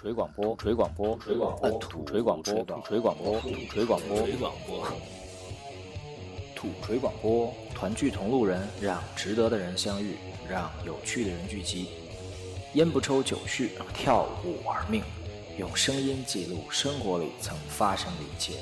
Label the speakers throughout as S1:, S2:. S1: 锤广播，锤广播，
S2: 锤广播
S1: 呃土锤广播，土锤广播，土锤广播，
S2: 推广播，
S1: 土锤广播，团聚同路人，让值得的人相遇，让有趣的人聚集。烟不抽酒续，跳舞玩命，用声音记录生活里曾发生的一切。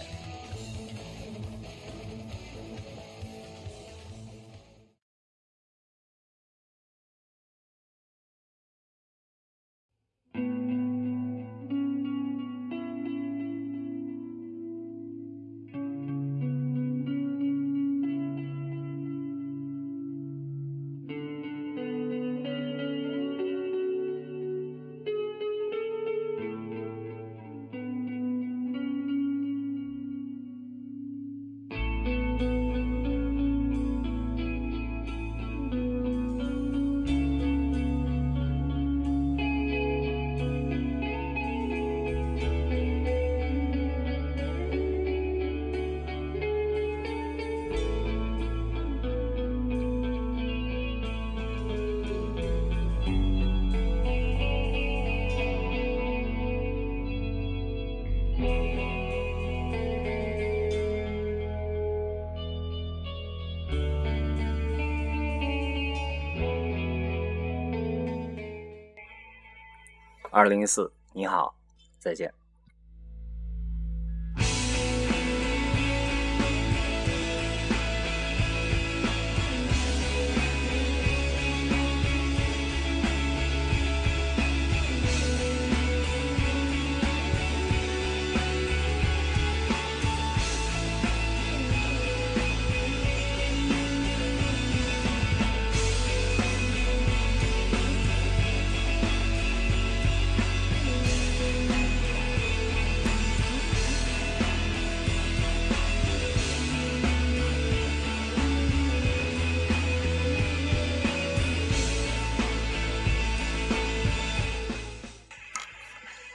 S1: 二零一四，你好，再见。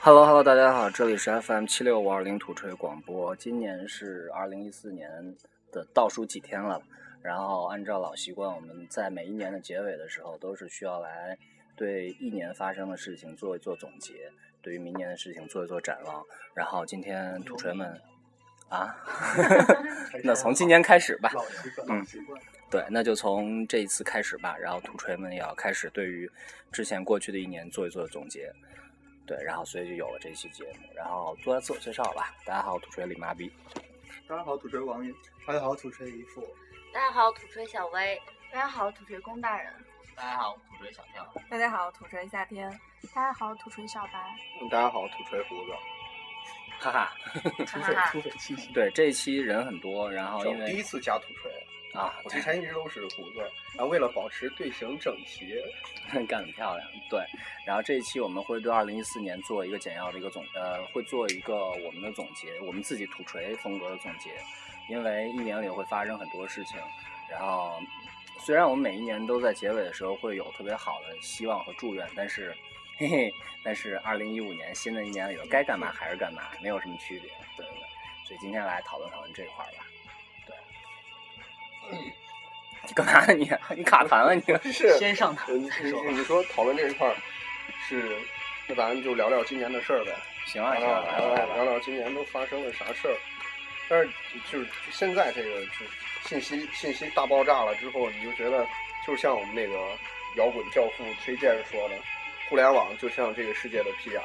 S3: Hello Hello，大家好，这里是 FM 七六五二零土锤广播。今年是二零一四年的倒数几天了，然后按照老习惯，我们在每一年的结尾的时候，都是需要来对一年发生的事情做一做总结，对于明年的事情做一做展望。然后今天土锤
S4: 嗯
S3: 们
S5: 嗯
S3: 啊，那从今年开始吧，
S4: 老习惯，
S3: 嗯
S4: 老习惯。
S3: 对，那就从这一次开始吧。然后土锤们也要开始对于之前过去的一年做一做总结，对，然后所以就有了这期节目。然后做下自我介绍吧。大家好，土锤李麻痹。
S4: 大家好，土锤王爷。大家好，土锤姨父。
S6: 大家好，土锤小薇。
S7: 大家好，土锤龚大人。
S2: 大家好，土锤小跳。
S8: 大家好，土锤夏天。
S7: 大家好，土锤小白。
S4: 大家好，土锤胡子。
S3: 哈哈，
S4: 土匪，土匪气息。
S3: 对，这一期人很多，然后
S4: 是
S3: 因
S4: 我第一
S3: 为
S4: 次加土锤，
S3: 啊，
S4: 我之前一直都是胡子，然后为了保持队形整齐，
S3: 干得漂亮，对。然后这一期我们会对二零一四年做一个简要的一个总，呃，会做一个我们的总结，我们自己土锤风格的总结，因为一年里会发生很多事情。然后虽然我们每一年都在结尾的时候会有特别好的希望和祝愿，但是嘿嘿，但是二零一五年新的一年里头该干嘛还是干嘛，没有什么区别，对对对。所以今天来讨论讨论这一块儿吧，对。 你干嘛呢你？你卡痰了你？
S4: 是
S2: 先上台
S4: 嗯你
S2: 再说吧
S4: 你你说讨论这一块儿是，那咱们就聊聊今年的事儿呗，
S3: 行
S4: 啊
S3: 啊行啊，来吧来吧
S4: 聊。聊今年都发生了啥事儿。但是就是现在这个就是信息信息大爆炸了之后，你就觉得就像我们那个摇滚教父崔健说的，互联网就像这个世界的 PR，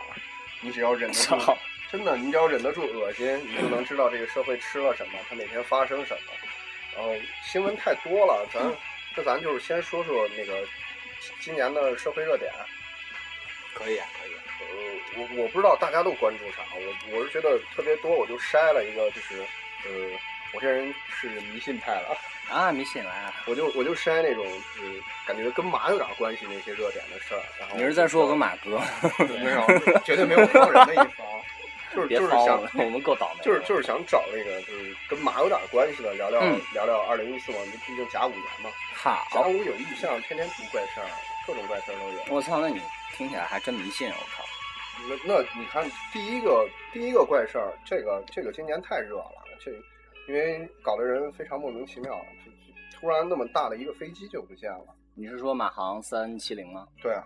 S4: 你只要忍得住
S3: 操，
S4: 真的，你只要忍得住恶心，你就能知道这个社会吃了什么，它每天发生什么。然后呃新闻太多了，咱这咱就是先说说那个今年的社会热点。
S3: 可以啊，可以啊。
S4: 呃，我我不知道大家都关注啥，我我是觉得特别多，我就筛了一个，就是呃，我这人是迷信派的，
S3: 啊，没醒来啊！
S4: 我就我就筛那种就是感觉跟马有点关系那些热点的事儿。然后
S3: 你是在说我跟马哥？
S4: 没有，绝对没有说人的意思啊，就是
S3: 别
S4: 就是
S3: 诓我
S4: 想
S3: 们，我们够倒霉的。
S4: 就是就是想找那个就是跟马有点关系的聊聊、
S3: 嗯啊
S4: 聊聊二零一四嘛，毕竟甲午年嘛，甲
S3: 好，
S4: 午有意象，天天出怪事儿，各种怪事儿都有。
S3: 我操，那你听起来还真迷信，我靠！
S4: 那那你看，第一个第一个怪事儿，这个这个今年太热了，这因为搞得人非常莫名其妙，就就突然那么大的一个飞机就不见了。
S3: 你是说马航三七零吗？
S4: 对啊，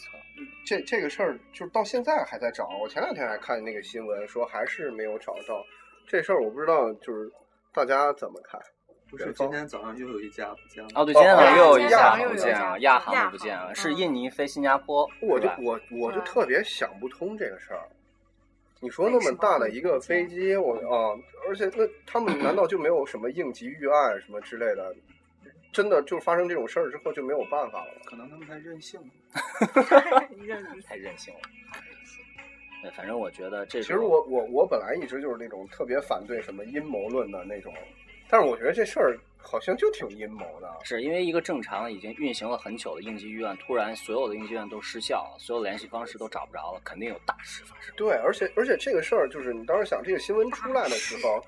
S3: 操，
S4: 这这个事儿就是到现在还在找。我前两天还看那个新闻说还是没有找到这事儿，我不知道就是大家怎么看。
S2: 不是今天早上又有一家不见了。
S3: 哦，对，今天早上又有一
S4: 对亚
S3: 家
S4: 航
S3: 不见
S7: 又有
S3: 啊，
S7: 一家
S3: 亚航的不见
S7: 亚
S3: 啊，
S7: 航
S3: 是
S7: 嗯
S3: 印尼飞新加坡，
S4: 我
S3: 是
S4: 就
S3: 吧
S4: 我我就
S2: 嗯
S7: 对
S4: 特别想不通这个事儿。你说那么大的一个飞机，我啊，而且那他们难道就没有什么应急预案什么之类的？真的就发生这种事儿之后就没有办法了吗？
S2: 可能他们太任性了。
S7: 认识
S3: 太任性了。对，反正我觉得呃这
S4: 其实我我我本来一直就是那种特别反对什么阴谋论的那种，但是我觉得这事儿好像就挺阴谋的。
S3: 啊是因为一个正常已经运行了很久的应急预案，突然所有的应急预案都失效了，所有联系方式都找不着了，肯定有大事发生。
S4: 对，而且而且这个事儿就是你当时想这个新闻出来的时候，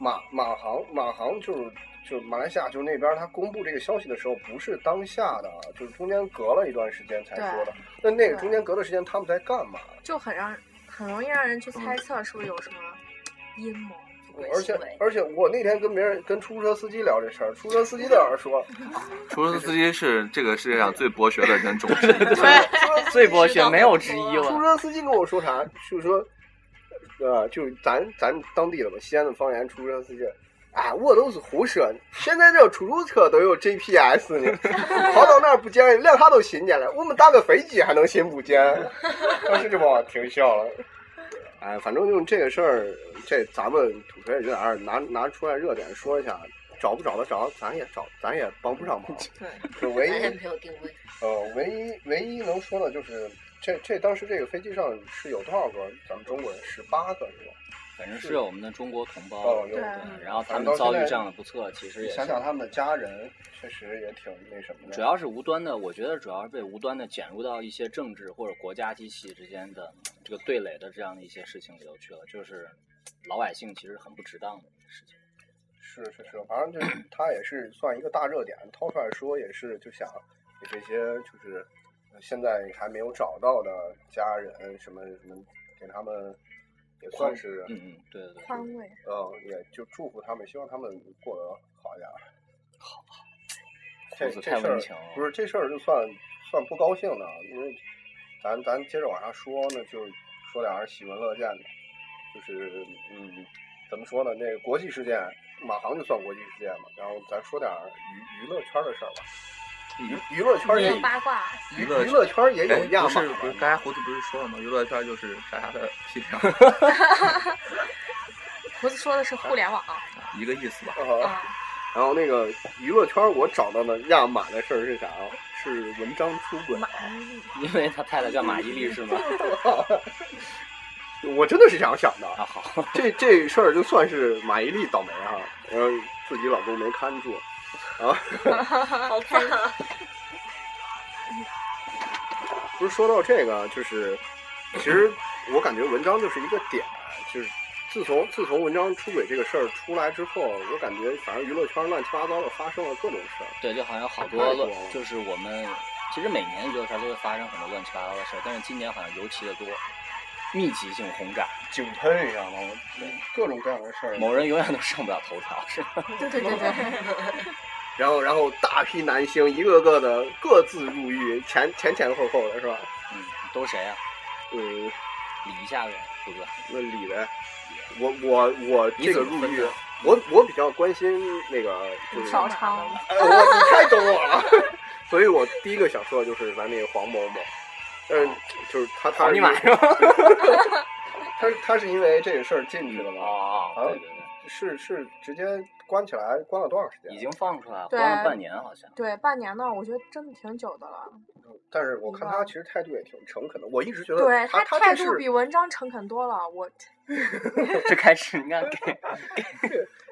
S4: 马马航马航就是就是马来西亚就是那边他公布这个消息的时候不是当下的，啊就是中间隔了一段时间才说的。那那个中间隔的时间他们在干嘛？
S7: 就很让很容易让人去猜测是不是有什么阴谋。
S3: 嗯
S4: 而且而且我那天跟别人跟出租车司机聊这事儿，出租车司机在那儿说，
S5: 出租车司机是这个世界上最博学的人种，
S4: 对
S3: 最博学没有之一
S5: 啊
S4: 出租
S3: 了。
S4: 车司机跟我说啥？就是说，呃，就是咱咱当地的吧，西安的方言，出租车司机。哎，我都是胡说！现在这出租车都有 GPS 呢，跑到那儿不见，连他都寻见了。我们搭个飞机还能寻不见？当时就把我听笑了。哎，反正就是这个事儿，这咱们土锤也有点儿拿拿出来热点说一下，找不找得着，咱也找，咱也帮不上忙。
S8: 对，
S4: 就唯
S6: 咱也
S4: 一
S6: 没有定位，
S4: 呃，唯一唯一能说的就是，这这当时这个飞机上是有多少个咱们中国人？十八个是吧？
S3: 反正是有我们的中国同胞
S4: 哦，，有。
S7: 对
S3: 对然后他们遭遇这样的不测，其实
S4: 你
S3: 也
S4: 想
S3: 是
S4: 想他们的家人，确实也挺那什么的。
S3: 主要是无端的，我觉得主要是被无端的卷入到一些政治或者国家机器之间的嗯这个对垒的这样的一些事情里头去了，就是老百姓其实很不值当的事情。
S4: 是是是，反正就是它也是算一个大热点，掏出来说也是就想给这些就是呃现在还没有找到的家人什么什么，给他们也算是
S3: 嗯嗯，对对对。
S7: 宽慰，
S4: 嗯，也就祝福他们，希望他们过得好一点。
S3: 裤
S4: 这
S3: 子
S4: 这
S3: 太
S4: 事
S3: 温
S4: 儿
S3: 情了。
S4: 不是这事儿就算算不高兴的，因为咱咱接着往下说呢，就说点儿喜闻乐见的，就是嗯，怎么说呢？那个国际事件，马航就算国际事件嘛，然后咱说点儿娱娱乐圈的事儿吧。娱娱乐圈也
S7: 有八卦，
S4: 娱
S5: 娱乐
S4: 娱乐圈也
S5: 哎，
S4: 有亚
S5: 不
S4: 马
S5: 是不是，大
S4: 吧，
S5: 家胡子不是说了吗？娱乐圈就是啥啥的 屁量，
S7: 胡子说的是互联网啊，
S5: 一个意思吧。
S4: 啊，然后那个娱乐圈我找到的亚马的事儿是啥啊？是文章出轨。
S3: 因为他太太叫马伊琍是吗？
S4: 我真的是这样想的。
S3: 啊好，
S4: 这这事儿就算是马伊琍倒霉哈、然后自己老公没看住，啊
S6: 好惨啊！
S4: 不是说到这个，啊就是其实我感觉文章就是一个点，啊就是自从自从文章出轨这个事儿出来之后，我感觉反正娱乐圈乱七八糟的发生了各种事儿。
S3: 对，就好像好
S4: 太
S3: 多
S4: 多
S3: 乱
S4: 了，
S3: 就是我们其实每年娱乐圈都会发生很多乱七八糟的事儿，但是今年好像尤其的多，密集性轰炸，
S4: 井喷一样的，各种各样的事儿
S3: 某人永远都上不了头条，是吧？
S7: 对对对对，
S4: 然后然后大批男星一个个的各自入狱，前前前后后的是吧？
S3: 嗯，都谁啊？
S4: 嗯，
S3: 理一下呗，胡子。
S4: 那李呗，我我我
S3: 你
S4: 这个
S3: 怎么
S4: 入
S3: 分
S4: 狱
S3: 的，
S4: 我我比较关心那个就是
S8: 小超，
S4: 哎，我你太懂我了。所以我第一个想说的就是咱那个黄某某，但是就是他他
S3: 草
S4: 是
S3: 泥
S4: 因为
S3: 马是 吧？
S4: 他是他是因为这个事儿进去的
S3: 哦
S4: 吗？
S3: 哦，
S4: 好
S3: 对对对，
S4: 是是直接关起来，关了多长时间？
S3: 已经放出来了，
S7: 对
S3: 关了半年好像。
S7: 对半年呢，我觉得真的挺久的了。
S4: 但是我看他其实态度也挺诚恳的，我一直觉得
S7: 对
S4: 他
S7: 他态
S4: 这
S7: 度比
S4: 是。
S7: 文章诚恳多了，我
S3: 这开始你 看给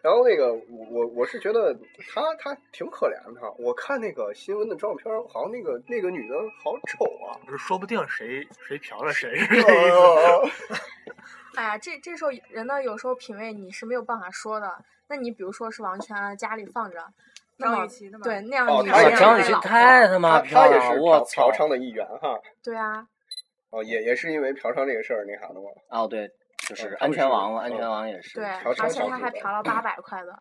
S4: 然后那个我我我是觉得他他挺可怜的，我看那个新闻的照片，好像那个那个女的好丑啊。
S9: 不是，说不定谁谁嫖了谁，是这
S4: 哎
S9: 意思。
S4: 呦
S7: 哎呀，这这时候人呢，有时候品味你是没有办法说的。那你比如说是王权啊，家里放着，那
S8: 张
S7: 么
S8: 雨绮的嘛，
S7: 对那样
S4: 哦
S7: 女
S4: 她也
S7: 人
S4: 是
S3: 张雨绮
S7: 老婆
S3: 太他妈
S4: 他
S3: 漂
S4: 他也
S3: 亮了，
S4: 是
S3: 我操
S4: 嫖嫖！娼的一员哈，
S7: 对啊，
S4: 哦也也是因为嫖娼这个事儿那啥的嘛。
S3: 哦对，就是
S4: 嗯
S3: 安全王嘛，
S4: 他
S3: 安
S4: 们是
S3: 全王也是。
S7: 对，
S4: 嫖娼
S7: 而且
S4: 小
S7: 他
S4: 姐
S7: 还
S4: 姐
S7: 嫖了八百块 的，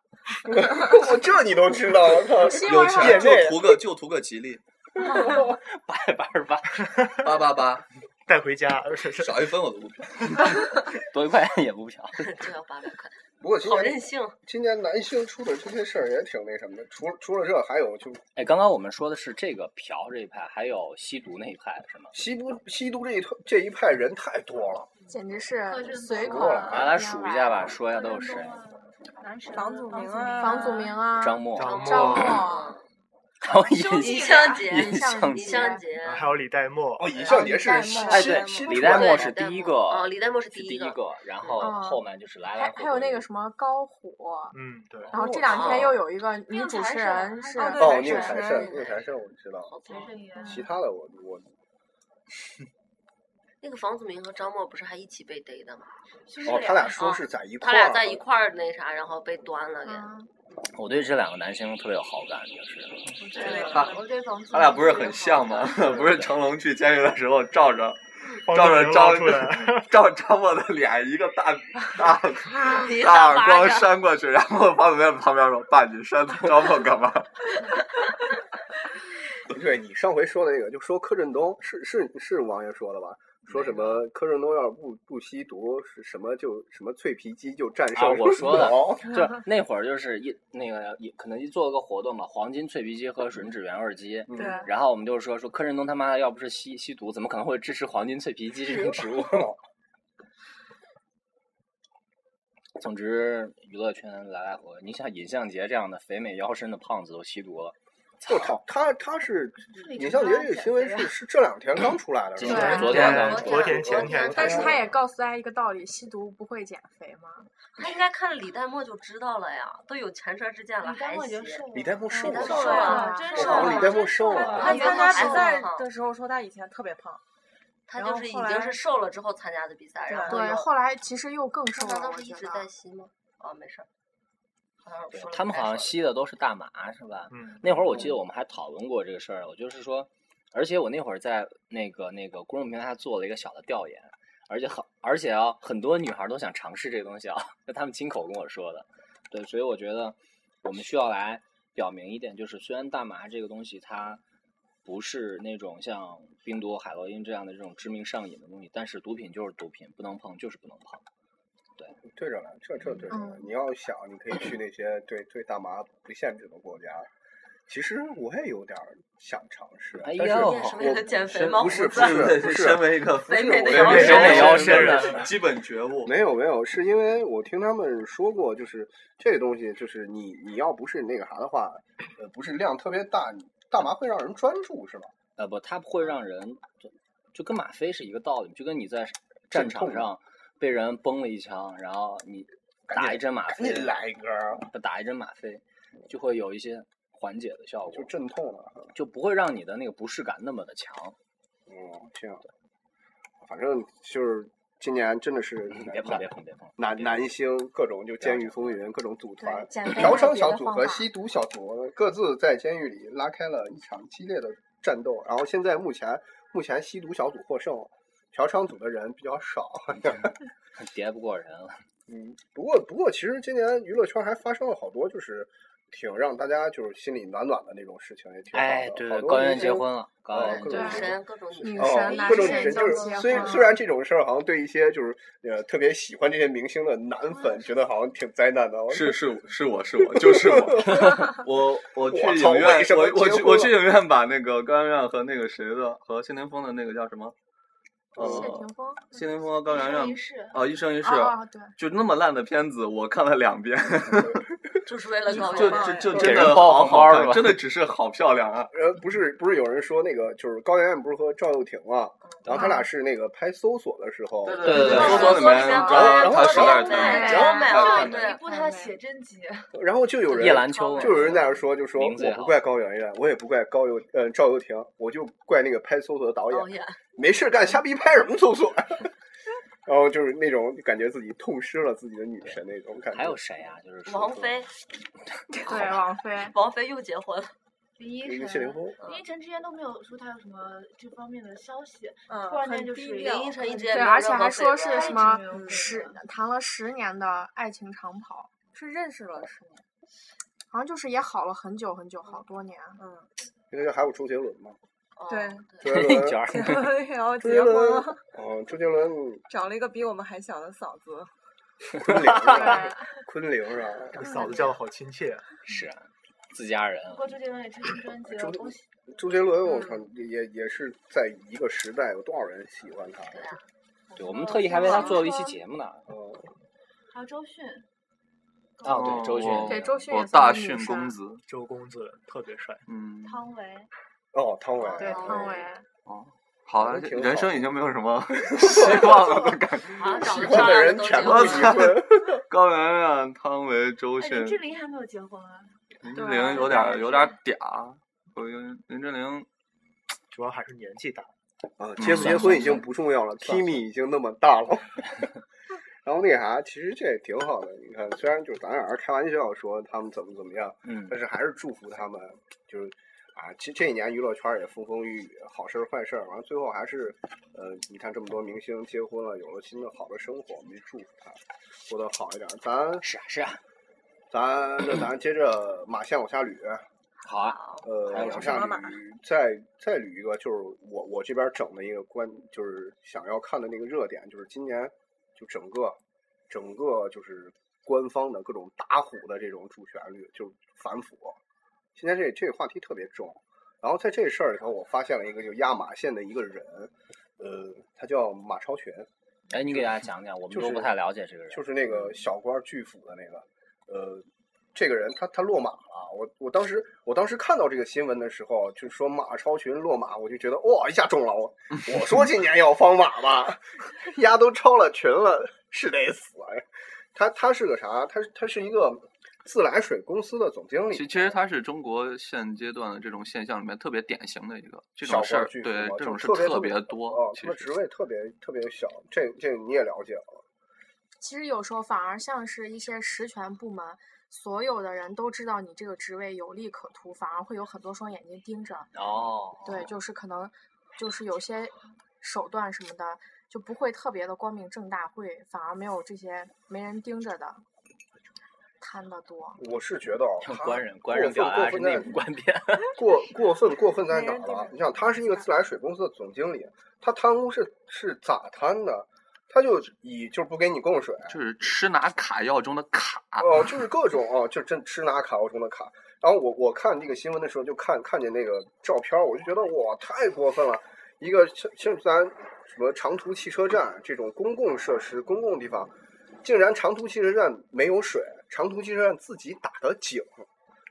S4: 我这你都知道，我操！
S7: 新
S5: 有
S7: 闻上
S4: 也
S5: 钱就
S4: 这
S5: 图个就图个吉利，
S3: 八百八十八，
S5: 八八八，
S9: 带回家，是是
S5: 少一分我都不嫖。
S3: 多一块也不嫖。
S6: 这要八百块，
S4: 不过今
S6: 好任
S4: 年
S6: 性。
S4: 今年男性出的这些事儿也挺那什么的，除除了这还有就
S3: 哎，刚刚我们说的是这个嫖这一派，还有吸毒那一派是吗？
S4: 吸毒吸毒这一特这一派人太多了，啊
S7: 简直是随
S6: 哦
S7: 口
S4: 多了
S3: 来，来数一下吧，说一下都有谁。
S8: 房祖名啊，
S7: 房祖名啊，
S3: 张默，
S9: 张
S7: 张
S9: 默，
S7: 默，
S3: 然后尹
S6: 尹相杰，
S3: 尹
S7: 相
S6: 尹
S7: 杰
S6: 相杰，
S9: 啊还有李代沫，
S4: 哦，尹相杰是
S7: 然后
S4: 吸
S7: 李代沫
S3: 哎，
S4: 吸
S3: 对
S4: 吸，
S3: 李
S4: 出来
S3: 代
S4: 的
S3: 沫
S6: 对
S3: 是
S6: 李代
S3: 第一
S6: 沫
S3: 个，
S6: 哦李代沫是
S3: 是
S6: 第一
S3: 一
S6: 个哦
S3: 个，然后
S7: 嗯
S3: 后面就是来来
S7: 还
S3: 回回。
S7: 还有那个什么高虎，
S9: 嗯，对，
S6: 哦
S7: 然后这两天又有一个女
S8: 宁
S7: 主
S8: 财
S7: 持
S8: 神
S7: 人是
S8: 哦对
S4: 哦，
S8: 还
S4: 宁
S8: 是
S4: 财
S8: 还
S4: 神，
S6: 是
S4: 宁财神我知道，啊
S6: 好吧
S4: 其他的我我
S6: 那个房祖名和张默不是还一起被逮的吗？
S8: 就是
S4: 哦，他俩说是在一
S6: 啊
S4: 块
S6: 他
S4: 儿，
S6: 俩在一块儿那啥，然后被端了给。
S7: 嗯
S3: 我对这两个男生特别有好感，就是
S5: 他
S8: 我对房祖
S5: 他俩不是很像吗？ 不是成龙去监狱的时候照着
S9: 帮
S5: 照着
S9: 张
S5: 张
S9: 出来，
S5: 照张默的脸，一个大大
S6: 一
S5: 大耳
S6: 巴
S5: 光
S6: 掌
S5: 扇过去，然后房祖名在旁边说：“爸，你扇张默干嘛
S4: 对你上回说的那个，就说柯震东是是是王爷说的吧？说什么柯震东要是不不吸毒，是什么就什么脆皮鸡就战胜
S3: 啊我说的
S4: 了。
S3: 就那会儿就是一那个也可能一做个活动嘛，黄金脆皮鸡和吮指原味鸡。
S4: 嗯
S7: 对，
S3: 然后我们就说说柯震东他妈的要不是吸吸毒，怎么可能会支持黄金脆皮鸡这种植物？ 总之，娱乐圈来来回，你像尹相杰这样的肥美腰身的胖子都吸毒了，
S4: 就他他他是尹相杰这个新闻是是这两天刚出来的，
S3: 今
S4: 是吧
S7: 对
S3: 天昨天刚
S6: 昨
S3: 出
S6: 天
S9: 昨天前
S6: 昨
S9: 天
S6: 天，
S7: 但是他也告诉大家一个道理：吸毒不会减肥吗？
S6: 他应该看了李代沫就知道了呀，都有前车之鉴了，还行。
S4: 李代沫瘦
S6: 代
S4: 了啊
S6: 沫
S7: 啊
S4: 吧，
S6: 瘦了，
S8: 真瘦
S4: 我
S8: 了，
S4: 靠，哦李代沫瘦了。
S8: 他
S6: 李代
S8: 参
S6: 沫
S8: 加
S6: 还
S8: 比
S6: 好
S8: 赛
S6: 哈
S8: 的时候说他以前特别胖，
S6: 他
S8: 然
S6: 就
S8: 后
S6: 是已
S8: 后来
S6: 经是瘦了之后参加的比赛，然后
S7: 对，
S6: 又
S7: 后来其实又更
S6: 他
S7: 瘦
S6: 难
S7: 了，
S6: 道
S7: 我
S6: 是一
S7: 觉
S6: 直在
S7: 得。哦
S6: 吸吗？啊，没事儿。好像是我说了
S3: 他们
S6: 不太
S3: 好像
S6: 熟
S3: 吸的都是大麻，是吧？
S9: 嗯，
S3: 那会儿我记得我们还讨论过这个事儿，我就是说，而且我那会儿在那个那个公众平台做了一个小的调研，而且很而且啊，很多女孩都想尝试这个东西 啊，那他们亲口跟我说的，对，所以我觉得我们需要来表明一点，就是虽然大麻这个东西它不是那种像冰毒、海洛因这样的这种致命上瘾的东西，但是毒品就是毒品，不能碰就是不能碰。
S4: 对着了，这这对着了
S7: 嗯。
S4: 你要想，你可以去那些对对大麻不限制的国家。其实我也有点儿想尝试，
S3: 哎
S4: 但是
S3: 呦
S6: 你也是为了减肥吗？
S4: 不是
S6: 胡
S4: 不
S6: 子
S4: 是不？”是
S5: 身，为一个
S6: 肥美的
S5: 肥
S6: 腰
S5: 美
S6: 身
S3: 美腰身
S5: 人，基本觉悟。
S4: 没有没有，是因为我听他们说过，就是这个东西，就是你你要不是那个啥的话，呃，不是量特别大，你大麻会让人专注是吧？
S3: 呃，不，它会让人就就跟吗啡是一个道理，就跟你在战
S4: 阵
S3: 场
S4: 痛
S3: 上被人崩了一枪，然后你
S4: 赶
S3: 打
S4: 紧
S3: 一针吗
S4: 赶
S3: 啡，
S4: 紧来一根儿，
S3: 打一针吗啡，就会有一些缓解的效
S4: 就
S3: 果，
S4: 阵痛了。
S3: 就不会让你的那个不适感那么的强。
S4: 嗯，这样。反正就是今年真的是
S3: 别碰，别碰，别碰。啊
S4: 男男星各种就《监狱风云》各种组团
S7: 对，， 减肥
S4: 嫖
S7: 还有
S4: 娼
S7: 别
S4: 小
S7: 的
S4: 组
S7: 方
S4: 和
S7: 法
S4: 吸毒小组各自在监狱里拉开了一场激烈的战斗。然后现在目前目前吸毒小组获胜，嫖娼组的人比较少。
S3: 叠不过人了。
S4: 嗯，不过不过，其实今年娱乐圈还发生了好多，就是挺让大家就是心里暖暖的那种事情，也挺好的。
S3: 哎，对
S4: 好
S3: 对，
S4: 多
S3: 高
S4: 明
S3: 原结
S4: 星
S3: 婚了，高
S4: 哦
S3: 原
S4: 各
S3: 对
S4: 种
S6: 女
S4: 结
S6: 神，各种女
S7: 女
S6: 神。
S7: 神
S4: 哦
S7: 呐，，
S4: 各种
S7: 神
S4: 女神就
S7: 都
S4: 是
S7: 结
S4: 虽
S7: 婚
S4: 虽
S7: 了
S4: 然这种事儿好像对一些就是呃特别喜欢这些明星的男粉觉得好像挺灾难的，
S5: 是 是是我是我就是 我，我我去
S4: 我操
S5: 影院
S4: 为什，么
S5: 我我
S4: 结
S5: 去
S4: 婚
S5: 我
S4: 了
S5: 去影院把那个高圆圆和那个谁的和谢霆锋的那个叫什么？
S7: 谢
S5: 呃
S7: 霆，锋
S5: 谢霆锋和高圆圆
S6: 世
S5: 啊，一生一世，
S7: 啊，对，
S5: 就那么烂的片子，我看了两遍，
S6: 就是为了搞
S5: 就
S6: 人嘛
S5: 就就
S3: 给
S5: 真
S3: 人
S5: 的
S3: 包
S5: 好
S3: 红
S5: 好
S3: 包是吧
S5: 看，真的只是好漂亮啊！
S4: 呃，不是不是有人说那个就是高圆圆不是和赵又廷嘛，然后他俩是那个拍《搜索》的时候，
S5: 对对
S3: 对
S5: 搜索里面，然
S6: 高
S10: 哦
S6: 圆圆
S5: 后他实在
S6: 特
S5: 是
S6: 别
S5: 太
S6: 美
S5: 美
S6: 超美
S5: 了
S6: 啊，
S5: 太美
S8: 一
S5: 了
S7: 对
S8: 部他写真集，
S4: 然后就有人
S3: 叶兰秋，
S4: 就有人在那说，就说
S3: 名字也
S4: 我
S3: 好
S4: 不怪高圆圆，我也不怪高又呃赵又廷，我就怪那个拍《搜索》的导演
S6: 导，演
S4: 没事干瞎逼拍什么搜索。 然后就是那种感觉自己痛失了自己的女神那种感觉。
S3: 还有谁啊？就是说
S6: 王
S3: 说
S6: 菲，
S7: 对王菲，
S6: 王菲又结婚了，
S11: 林
S4: 那
S11: 依
S4: 个谢霆
S11: 晨，
S4: 锋，
S11: 林依晨之前都没有说她有什么这方面的消息，
S8: 嗯，
S11: 突然
S8: 很
S11: 间就
S8: 低
S11: 是
S8: 调
S6: 林依晨一直也
S7: 嗯对，
S6: 没有
S7: 而且
S6: 任何
S7: 还
S6: 绯
S7: 说是
S6: 闻
S7: 什
S11: 一
S7: 么
S11: 直没有
S7: 十谈了十年的爱情长跑，是认识了十年，
S11: 嗯
S7: 好像就是也好了很久很久，好多年。
S4: 那个还有周杰伦嘛？
S8: 对，
S4: 周杰伦
S8: 然后
S4: 周杰
S8: 结婚
S4: 伦
S8: 了，，
S4: 哦，周杰伦
S8: 找了一个比我们还小的嫂子。
S4: 昆凌是吧？昆凌是吧？
S9: 这嫂子叫的好亲切啊，
S3: 是啊，自家人啊
S11: 不过周杰伦也出新专辑
S4: 周
S11: 了，恭喜！
S4: 周杰伦，我靠，也也是在一个时代，有多少人喜欢他？
S3: 对，我们特意还为他做了一期节目呢。
S4: 哦，
S11: 还有周迅，哦
S3: 啊，对，周迅，
S7: 对周迅
S10: 哦
S9: 哦
S5: 我
S7: 也算
S5: 大
S7: 是
S5: 训
S7: 女
S5: 公
S7: 生
S5: 子，
S9: 周公子特别帅。
S5: 嗯，
S11: 汤唯，
S4: 哦，汤唯，
S7: 对汤唯，
S5: 好了，
S4: 挺好
S5: 人生已经没有 什么希望了的感觉。
S6: 好像长
S4: 喜
S6: 得
S4: 欢
S6: 漂
S4: 的
S6: 亮
S4: 人
S6: 都
S4: 全
S6: 结
S4: 部
S6: 婚
S5: 我
S4: 离
S5: 操
S6: 了。
S4: 婚。
S5: 高圆圆、汤唯、周
S11: 哎，
S5: 迅
S11: 林、志玲还没有结婚啊？
S5: 林 志
S7: 对
S5: 玲有点有点嗲，我有林志玲嗯
S9: 主要还是呃年纪大，
S4: 啊，
S3: 嗯
S4: 结不结婚已经不重要了，Kimi 已经那么大了。 然后那啥，其实这也挺好的。你看，虽然就是咱俩人开玩笑说他们怎么怎么样，
S3: 嗯
S4: 但，是还是祝福他们，就是啊，这这一年娱乐圈也风风雨雨，好事儿坏事儿，完了最后还是，呃，你看这么多明星结婚了，有了新的好的生活，我们就祝福他过得好一点儿。咱
S3: 是啊，是啊，
S4: 咱那咱接着马线往下捋，
S3: 好啊，
S4: 呃，
S3: 还有
S4: 往
S3: 什
S4: 下
S8: 么
S4: 捋，再再捋一个，就是我我这边整的一个关，就是想要看的那个热点，就是今年就整个整个就是官方的各种打虎的这种主旋律，就是反腐。现在这这个话题特别重，然后在这事儿里头，我发现了一个就压马线的一个人，呃，他叫马超群，
S3: 哎，你给大家讲讲，我们
S4: 就
S3: 都
S4: 是
S3: 不太了解这个人，
S4: 就是那个小官巨腐的那个，呃，这个人他他落马了。我我当时我当时看到这个新闻的时候，就说马超群落马，我就觉得哇一下中了我，我说今年要放马吧， 丫都超了群了，是得死啊！他他是个啥？他他是一个自来水公司的总经理。
S5: 其其实他是中国现阶段的这种现象里面特别典型的一个，这
S4: 小
S5: 种事
S4: 官
S5: 儿
S4: 巨腐
S5: 对
S4: 嘛
S5: 这
S4: 就
S5: 种事
S4: 特别
S5: 特
S4: 别
S5: 多
S4: 哦，，
S5: 其
S4: 他们
S5: 实
S4: 职位特别特别小，这这你也了解了。
S7: 其实有时候反而像是一些实权部门，所有的人都知道你这个职位有利可图，反而会有很多双眼睛盯着。
S3: 哦，
S7: 对，就是可能就是有些手段什么的，就不会特别的光明正大，会反而没有这些没人盯着的贪的多。
S4: 我是 觉得哦他
S3: 官人官人
S4: 过
S3: 表
S4: 分过
S3: 达是
S4: 分
S3: 内
S4: 在
S3: 部观点，
S4: 过过分过分在哪儿
S8: 没人
S4: 了
S8: 盯？着
S4: 你想，他是一个自来水公司的总经理，他贪污是是咋贪的？他就以就是不给你供水，
S5: 就是吃拿卡要中的卡，
S4: 哦，就是各种哦，就真吃拿卡欧中的卡。然后我我看这个新闻的时候，就看看见那个照片儿，我就觉得哇，太过分了！一个像像咱什么长途汽车站这种公共设施、公共地方，竟然长途汽车站没有水，长途汽车站自己打的井。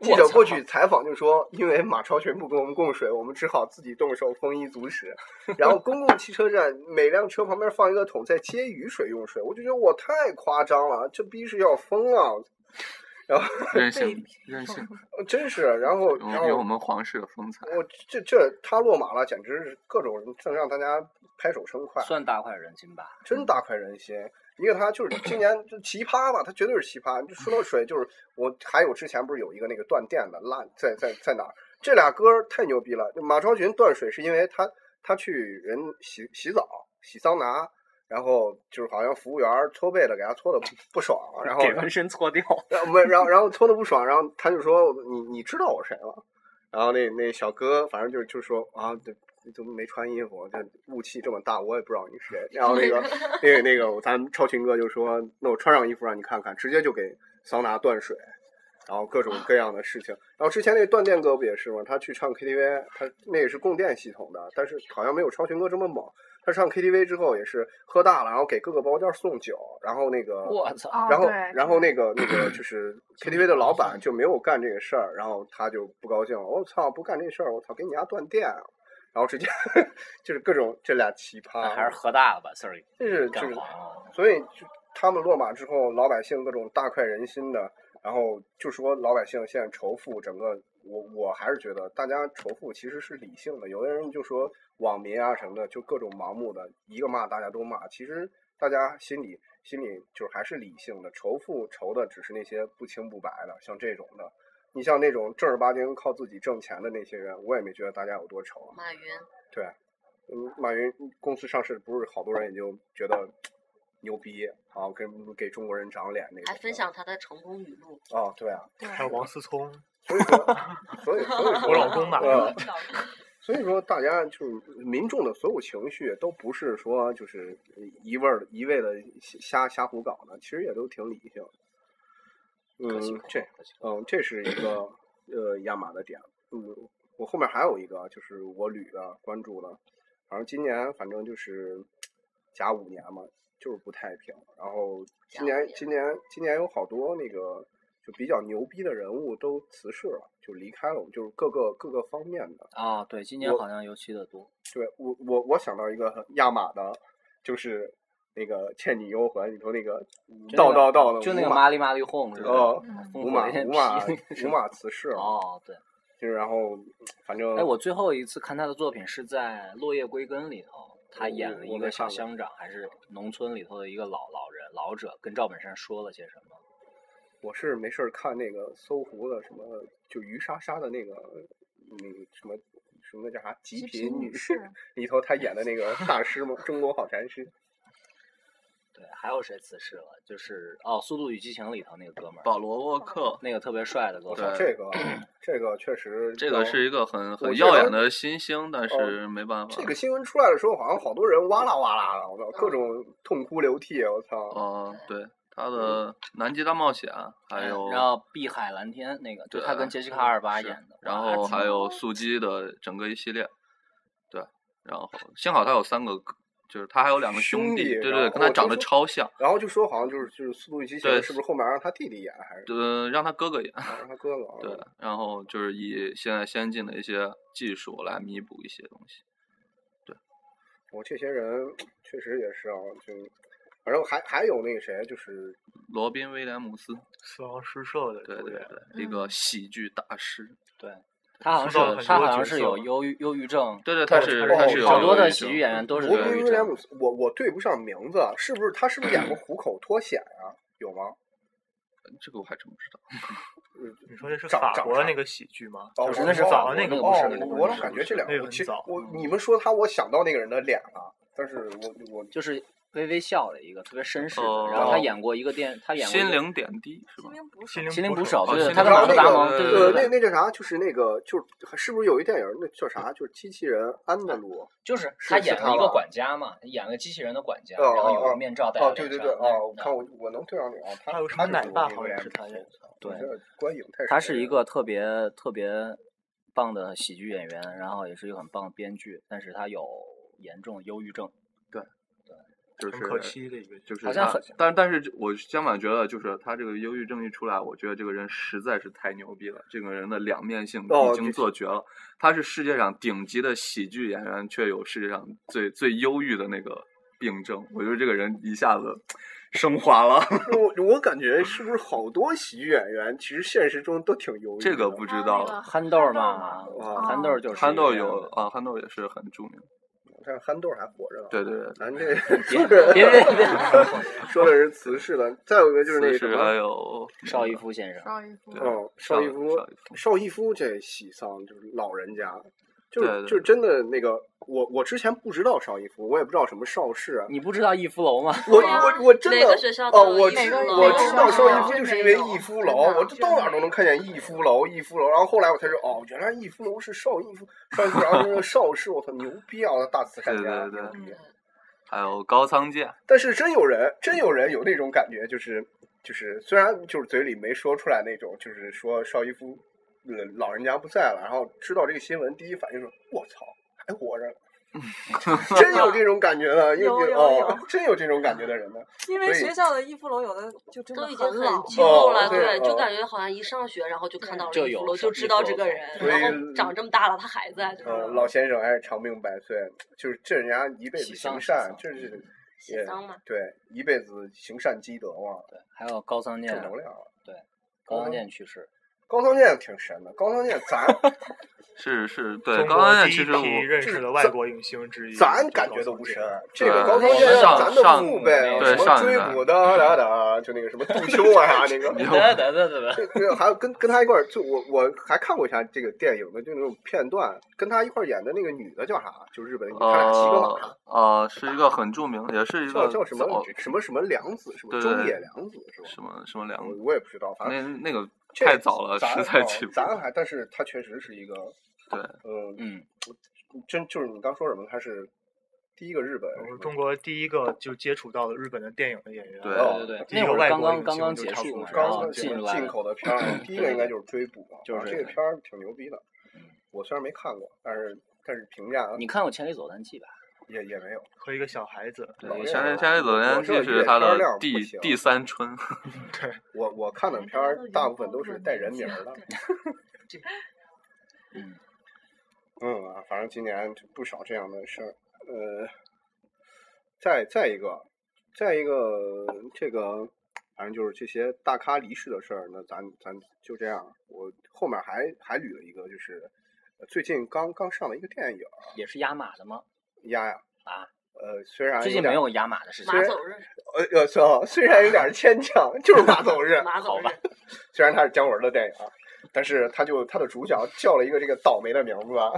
S4: 记者过去采访就说，因为马超群不给我们供水，我们只好自己动手丰衣足 食。然后公共汽车站每辆车旁边放一个桶，在接雨水用水，我就觉得我太夸张了，这逼是要疯啊了！
S5: 任性任性，
S4: 呃 真是，然后
S5: 有
S4: 然
S5: 有我
S4: 后
S5: 们皇室的风采。
S4: 我这这他落马了，简直是各种正让大家拍手称快，
S3: 算大快人心吧。
S4: 真大快人心。一个他就是今年就奇葩吧，他绝对是奇葩。就说到水，就是我还有之前不是有一个那个断电的烂在在在哪儿？这俩歌儿太牛逼了。马超群断水是因为他他去人洗洗澡洗桑拿，然后就是好像服务员儿搓背了，给他搓的不爽，然后
S3: 给纹身搓掉，
S4: 然后没，然后然后搓的不爽，然后他就说你你知道我谁了？然后那那小哥反正就是就是说啊，这你怎么没穿衣服？这雾气这么大，我也不知道你是谁。然后那个那个那个咱们超群哥就说，那我穿上衣服让你看看， 直接就给桑拿断水，然后各种各样的事情。然后之前那断电哥不也是吗？他去唱 KTV，他那也是供电系统的，但是好像没有超群哥这么猛。他上 KTV 之后也是喝大了，然后给各个包间送酒，然后那个
S3: 我操！
S7: 哦，
S4: 然后
S7: 对，
S4: 然后那个那个就是 KTV 的老板就没有干这个事儿，然后他就不高兴了，我、操，不干这事儿，我操，给你家断电啊，然后直接 就是各种这俩奇葩，
S3: 那还是喝大了把事儿
S4: 这是就
S3: 干
S4: 是
S3: 黄，了。
S4: 所以就他们落马之后，老百姓各种大快人心的，然后就说老百姓现在仇富，整个我我还是觉得大家仇富其实是理性的，有的人就说网民啊什么的，就各种盲目的，一个骂大家都骂，其实大家心里心里就是还是理性的，仇富仇的只是那些不清不白的，像这种的。你像那种正儿八经靠自己挣钱的那些人，我也没觉得大家有多仇啊。
S6: 马云，
S4: 对，嗯，马云公司上市，不是好多人也就觉得牛逼，好给给中国人长脸那种的。
S6: 还分享他的成功语录。
S4: 哦，对啊，
S9: 还有王思聪，
S4: 所以说，所以所以
S9: 我
S4: 说，
S9: 老公嘛，
S4: 呃，所以说，大家就是民众的所有情绪都不是说就是一味儿一味的瞎瞎胡搞的，其实也都挺理性。
S3: 可惜
S4: 嗯
S3: 不，
S4: 这
S3: 可惜
S4: 嗯这是一个呃压马的点。嗯，我后面还有一个啊就是我捋的关注的，反正今年反正就是甲午年嘛，就是不太平。然后今
S6: 甲午
S4: 年
S6: 年
S4: 今年今年有好多那个就比较牛逼的人物都辞世了，就离开了，就是各个各个方面的。
S3: 啊、对，今年
S4: 我
S3: 好像尤其的多。
S4: 对我我我想到一个亚马的，就是那个《倩女幽魂》里头那个
S3: 就
S4: 嗯
S3: 那
S4: 道
S3: 个
S4: 道道的
S3: 就那
S4: 五
S3: 个
S4: 马
S3: 玛丽玛丽 home 是吧？
S4: 哦
S7: 嗯
S3: 疯
S4: 五
S3: 火
S4: 马
S3: 连
S4: 五马
S3: 皮
S4: 五马辞世了，
S3: 哦，对。
S4: 就是然后反正
S3: 哎，我最后一次看他的作品是在《落叶归根》里头，他演了
S4: 我
S3: 一
S4: 没
S3: 个小
S4: 看过
S3: 乡长，还是农村里头的一个老老人老者，跟赵本山说了些什么。
S4: 我是没事儿看那个搜狐的什么，就于莎莎的那个那个什么什么叫啥《极
S7: 极
S4: 品
S7: 品
S4: 女
S7: 女
S4: 士
S7: 士》
S4: 里头她演的那个大师嘛，中国好禅师。
S3: 对，还有谁辞世了？就是哦，《速度与激情》里头那个哥们儿，
S5: 保罗沃克，
S3: 那个特别帅的哥
S4: 我
S3: 们
S4: 操，
S3: 儿。
S5: 对
S4: 这个这个呃 确实
S5: 这
S4: 叫
S5: 个是一个很
S4: 嗯我
S5: 很
S4: 觉
S5: 耀
S4: 得哦
S5: 眼的新星，但是没办法。
S4: 这个新闻出来的时候，好像好多人哇啦哇啦的，我
S3: 嗯
S4: 操，各种痛哭流涕，我操。
S5: 哦，对，
S4: 嗯
S5: 他的《南极大冒险》，
S4: 哎
S5: 还
S3: 嗯
S5: 有
S3: 然后《碧海蓝天》那个，就
S5: 对
S3: 他跟杰西卡·阿尔巴
S5: 是
S3: 演的，
S5: 然
S3: 哇
S5: 后还有
S3: 挺
S5: 素鸡的整个一系列，对，然后幸好他有三个哥，就是他还有两个
S4: 兄
S5: 弟，
S4: 弟
S5: 嗯对
S4: 然
S5: 对，
S4: 后
S5: 跟他
S4: 我
S5: 长
S4: 听
S5: 得
S4: 说
S5: 超像，
S4: 然后就说好像就是就是《速度与激情
S5: 对》
S4: 是不是后面让他弟弟演还是
S5: 呃，让他哥哥演，
S4: 让他哥哥啊？
S5: 对，然后就是以现在先进的一些技术来弥补一些东西。
S4: 我这些人确实也是啊，就反正还还有那个谁，就是
S5: 罗宾·威廉姆斯，
S9: 死亡诗社的
S5: 对
S9: 主
S5: 对
S9: 演，
S5: 对，一个喜剧大师，
S3: 对，嗯他好
S9: 塑造了
S3: 像是他
S9: 很
S3: 好
S9: 多
S3: 像
S9: 角
S3: 是
S9: 色
S3: 有忧郁忧郁症，
S5: 对对，他
S9: 哦
S5: 是
S9: 哦
S5: 他是有嗯
S9: 好
S5: 忧
S3: 多
S5: 郁
S3: 的
S5: 症
S3: 喜剧演员都是
S4: 罗
S3: 忧
S4: 宾
S3: 郁
S4: 威廉姆
S3: 症。
S4: 斯，我我对不上名字，是不是他是不是演过
S5: 嗯
S4: 《虎口脱险》啊？有吗？
S5: 这个我还真不知道。
S9: 你说的是
S4: 长
S9: 法
S4: 长
S9: 国
S4: 啥
S9: 那个喜剧吗？
S4: 哦，
S3: 就是那是
S4: 哦
S3: 法
S9: 国那个
S4: 哦
S9: 不是那个
S4: 我我
S9: 不
S4: 老
S9: 是
S4: 感觉这两
S9: 那个
S4: 个，
S9: 很
S4: 其实
S9: 早
S4: 我
S9: 嗯
S4: 你们说他，我想到那个人的脸了，但是我我
S3: 就是微微笑的一个特别绅士的，
S5: 哦
S3: 然后他演过一个电，他演过一
S5: 心
S3: 个
S5: 灵点滴是吧
S8: 心？灵捕手
S9: 心，灵
S3: 心灵捕
S9: 捕
S3: 手，
S5: 哦
S3: 对
S5: 心
S3: 他
S5: 灵
S3: 跟
S4: 然
S5: 捕
S3: 马格
S4: 后
S5: 手
S4: 那
S3: 达
S4: 个
S3: 蒙，
S5: 呃
S3: 对对
S4: 呃
S3: 对
S4: 那
S3: 对，
S4: 那叫啥？就是那个就是是不是有一电影那叫啥？就是机器人安德鲁。
S3: 啊就是
S4: 是
S3: 他
S4: 是
S3: 演
S4: 他
S3: 了一个
S4: 吧
S3: 管家嘛，演了个机器人的管家，
S4: 哦
S3: 然后
S4: 哦
S3: 有个
S4: 哦
S3: 面罩戴在
S4: 哦，对
S3: 脸
S4: 对
S3: 上。
S4: 对，哦，我
S3: 那
S4: 看我我能对上脸啊。他
S9: 还有什
S4: 他
S9: 么
S4: 是
S9: 奶
S4: 主
S9: 爸
S4: 那
S9: 好
S4: 个
S9: 像
S4: 人
S9: 是他演的，
S4: 我
S3: 对
S4: 这观影太
S3: 他
S4: 深
S3: 是一
S4: 了
S3: 个特别特别棒的喜剧演员，然后也是一个很棒的编剧，但是他有严重的忧郁症。
S5: 就
S9: 很可
S5: 是
S9: 惜的一个，
S5: 就是
S3: 好像
S5: 他
S3: 很
S5: 但但是我相反觉得，就是他这个忧郁症一出来，我觉得这个人实在是太牛逼了，这个人的两面性
S4: 哦
S5: 已经
S4: 这
S5: 做绝了。他是世界上顶级的喜剧演员，却有世界上最最忧郁的那个病症。我觉得这个人一下子升华 了，
S4: 我我感觉是不是好多喜剧演员其实现实中都挺忧郁的？
S5: 这个不知
S11: 还有那
S5: 道
S11: 个
S5: 了。
S3: 啊憨豆儿嘛，
S4: 哇
S3: 憨豆儿就是
S5: 憨豆
S3: 这样
S5: 有
S3: 的
S5: 啊，憨豆也是很著名。
S4: 看憨豆儿还活着呢。
S5: 对对对，
S4: 咱这
S3: 别 别别别
S4: 说的是辞世的，再有一个就是那
S5: 此
S4: 个什
S5: 时还
S4: 么，
S5: 有
S3: 邵
S5: 那
S3: 逸
S5: 个
S3: 夫先生，
S7: 邵逸夫
S5: 对
S4: 嗯，
S5: 邵
S4: 邵
S5: 逸
S4: 逸夫
S5: 邵逸，夫
S4: 邵逸夫这喜丧就是老人家，就
S5: 对
S4: 是
S5: 对
S4: 就是真的那个，我我之前不知道邵逸夫，我也不知道什么邵氏啊，
S3: 你不知道逸夫楼吗？
S4: 我
S6: 对啊
S4: 我我真
S6: 每个
S4: 的
S6: 学校都
S4: 哦，
S6: 有
S4: 我
S6: 逸
S4: 知
S7: 夫楼
S4: 我知道邵逸夫
S11: 真
S4: 就是
S11: 没
S4: 因为
S11: 有
S4: 逸夫
S11: 真
S4: 楼，
S11: 的
S4: 我这
S11: 真
S4: 到哪儿
S11: 没
S4: 都
S11: 有
S4: 能看见逸夫楼，逸夫楼，然后后来我才知道哦，原来逸夫楼是邵逸夫，邵逸夫，然后就是邵氏，我操牛逼啊，大慈善
S5: 对
S4: 家，
S5: 对对
S4: 牛
S3: 嗯
S4: 逼
S5: 还有高仓健，
S4: 但是真有人，真有人有那种感觉，就是就是虽然就是嘴里没说出来那种，就是说邵逸夫呃老人家不在了，然后知道这个新闻，第一反应是我操，还活着 呢。真有这种感觉的，因
S8: 有
S4: 为
S8: 有
S4: 哦
S8: 有，
S4: 真有这种感觉的人呢。
S8: 因
S4: 所
S8: 为
S4: 以
S8: 学校的逸夫楼有的就真的
S6: 都已经很
S8: 老，
S6: 旧了，
S4: 哦对
S6: 对，就
S4: 哦
S6: 感觉好像一上学，然后就看到了
S3: 就
S6: 一
S3: 有
S6: 幅楼，就
S3: 上
S6: 知
S3: 一
S6: 道
S3: 幅
S6: 这
S3: 楼
S6: 个人，
S4: 所
S6: 然
S4: 以
S6: 后长这么大了他还在，就是
S3: 嗯
S4: 呃，老先生还是长命百岁，就是这人家一辈子
S3: 喜丧
S4: 行
S3: 喜
S4: 善
S3: 丧，
S4: 这是
S6: 喜
S4: 也
S6: 丧嘛。
S4: 对一辈子行善积德嘛，
S3: 对，还有高仓健
S4: 正，能量啊。嗯
S3: 高仓健去世，
S4: 高仓健挺神的，高仓健咱
S5: 是是，对
S9: 中
S5: 高
S9: 国
S5: 仓健
S9: 第
S5: 其
S9: 一
S5: 实我
S9: 批认识的外国影星之一，
S4: 咱
S9: 就
S4: 感
S9: 高
S4: 觉都
S9: 仓
S4: 不
S9: 健
S4: 深。这个高仓
S5: 我
S4: 健
S5: 们
S4: 是
S5: 上
S4: 咱的
S5: 上
S4: 父辈，
S5: 对
S4: 什么
S5: 上一
S4: 追
S5: 代
S4: 捕的哒哒，就那个什么杜秋 啊 啥那
S5: 你
S4: 个。
S3: 得得得得得，
S4: 这这还有跟跟他一块儿，就我我还看过一下这个电影的就那种片段，跟他一块儿演的那个女的叫啥？就日本的，他俩骑个
S3: 哦
S4: 马，
S5: 呃呃，是一个很著名，也是一
S4: 叫
S5: 个
S4: 叫什么
S5: 早
S4: 什么什么良子是吧？
S5: 对
S4: 中
S5: 对
S4: 野良子是吧？
S5: 什么什么梁
S4: 我我也不知道，反
S5: 那
S4: 正
S5: 那个
S4: 这
S5: 太早了，
S4: 咱
S5: 实在
S4: 好
S5: 记不住。
S4: 咱还，但是他确实是一个，
S5: 对
S4: 嗯，
S3: 嗯，
S4: 真就是你刚说什么？他是第一个日本，
S9: 我是中国第一个就接触到的日本的电影的演员。啊
S5: 对
S4: 哦
S3: 对对
S9: 第一
S3: 那
S9: 个
S3: 会儿
S9: 外
S3: 刚
S9: 国
S3: 刚
S9: 影
S3: 刚
S9: 星
S3: 刚
S9: 就
S3: 结
S9: 差不
S3: 束嘛
S9: 多是
S3: 然后
S9: 这样
S4: 刚
S9: 子
S3: 进
S4: 进
S3: 来嗯
S4: 进口的片儿，第 一个应该就是《追捕》啊，
S3: 就是
S4: 这个片儿挺牛逼的。我虽然没看过，但是但是评价啊
S3: 你看过《千里走单记》吧？
S4: 也也没有。
S9: 和一个小孩子，
S3: 对
S4: 老
S5: 对，
S4: 岳
S5: 夏
S4: 啊
S5: 夏利佐丹
S4: 我这
S5: 这
S4: 阅
S5: 是他
S4: 片
S5: 的
S4: 量不
S5: 第
S4: 行
S5: 第三春，
S4: 我我看的片儿大部分都是带人名儿的。
S3: 嗯，
S4: 嗯啊，反正今年就不少这样的事儿。呃，再再一个，再一个，这个反正就是这些大咖离世的事儿，那咱咱就这样。我后面还还捋了一个，就是呃最近刚刚上的一个电影儿
S3: 也是压马的吗？
S4: 呀呀
S3: 啊，
S4: 呃，虽然
S3: 最近没
S4: 点
S3: 有压马的事情
S6: 马，走日，，
S4: 呃呃，虽然虽然有点儿牵强，就是马走日
S6: 马走
S4: 好
S6: 日
S4: 吧。虽然它是姜文的电影啊，但是他就他的主角叫了一个这个倒霉的名字吧，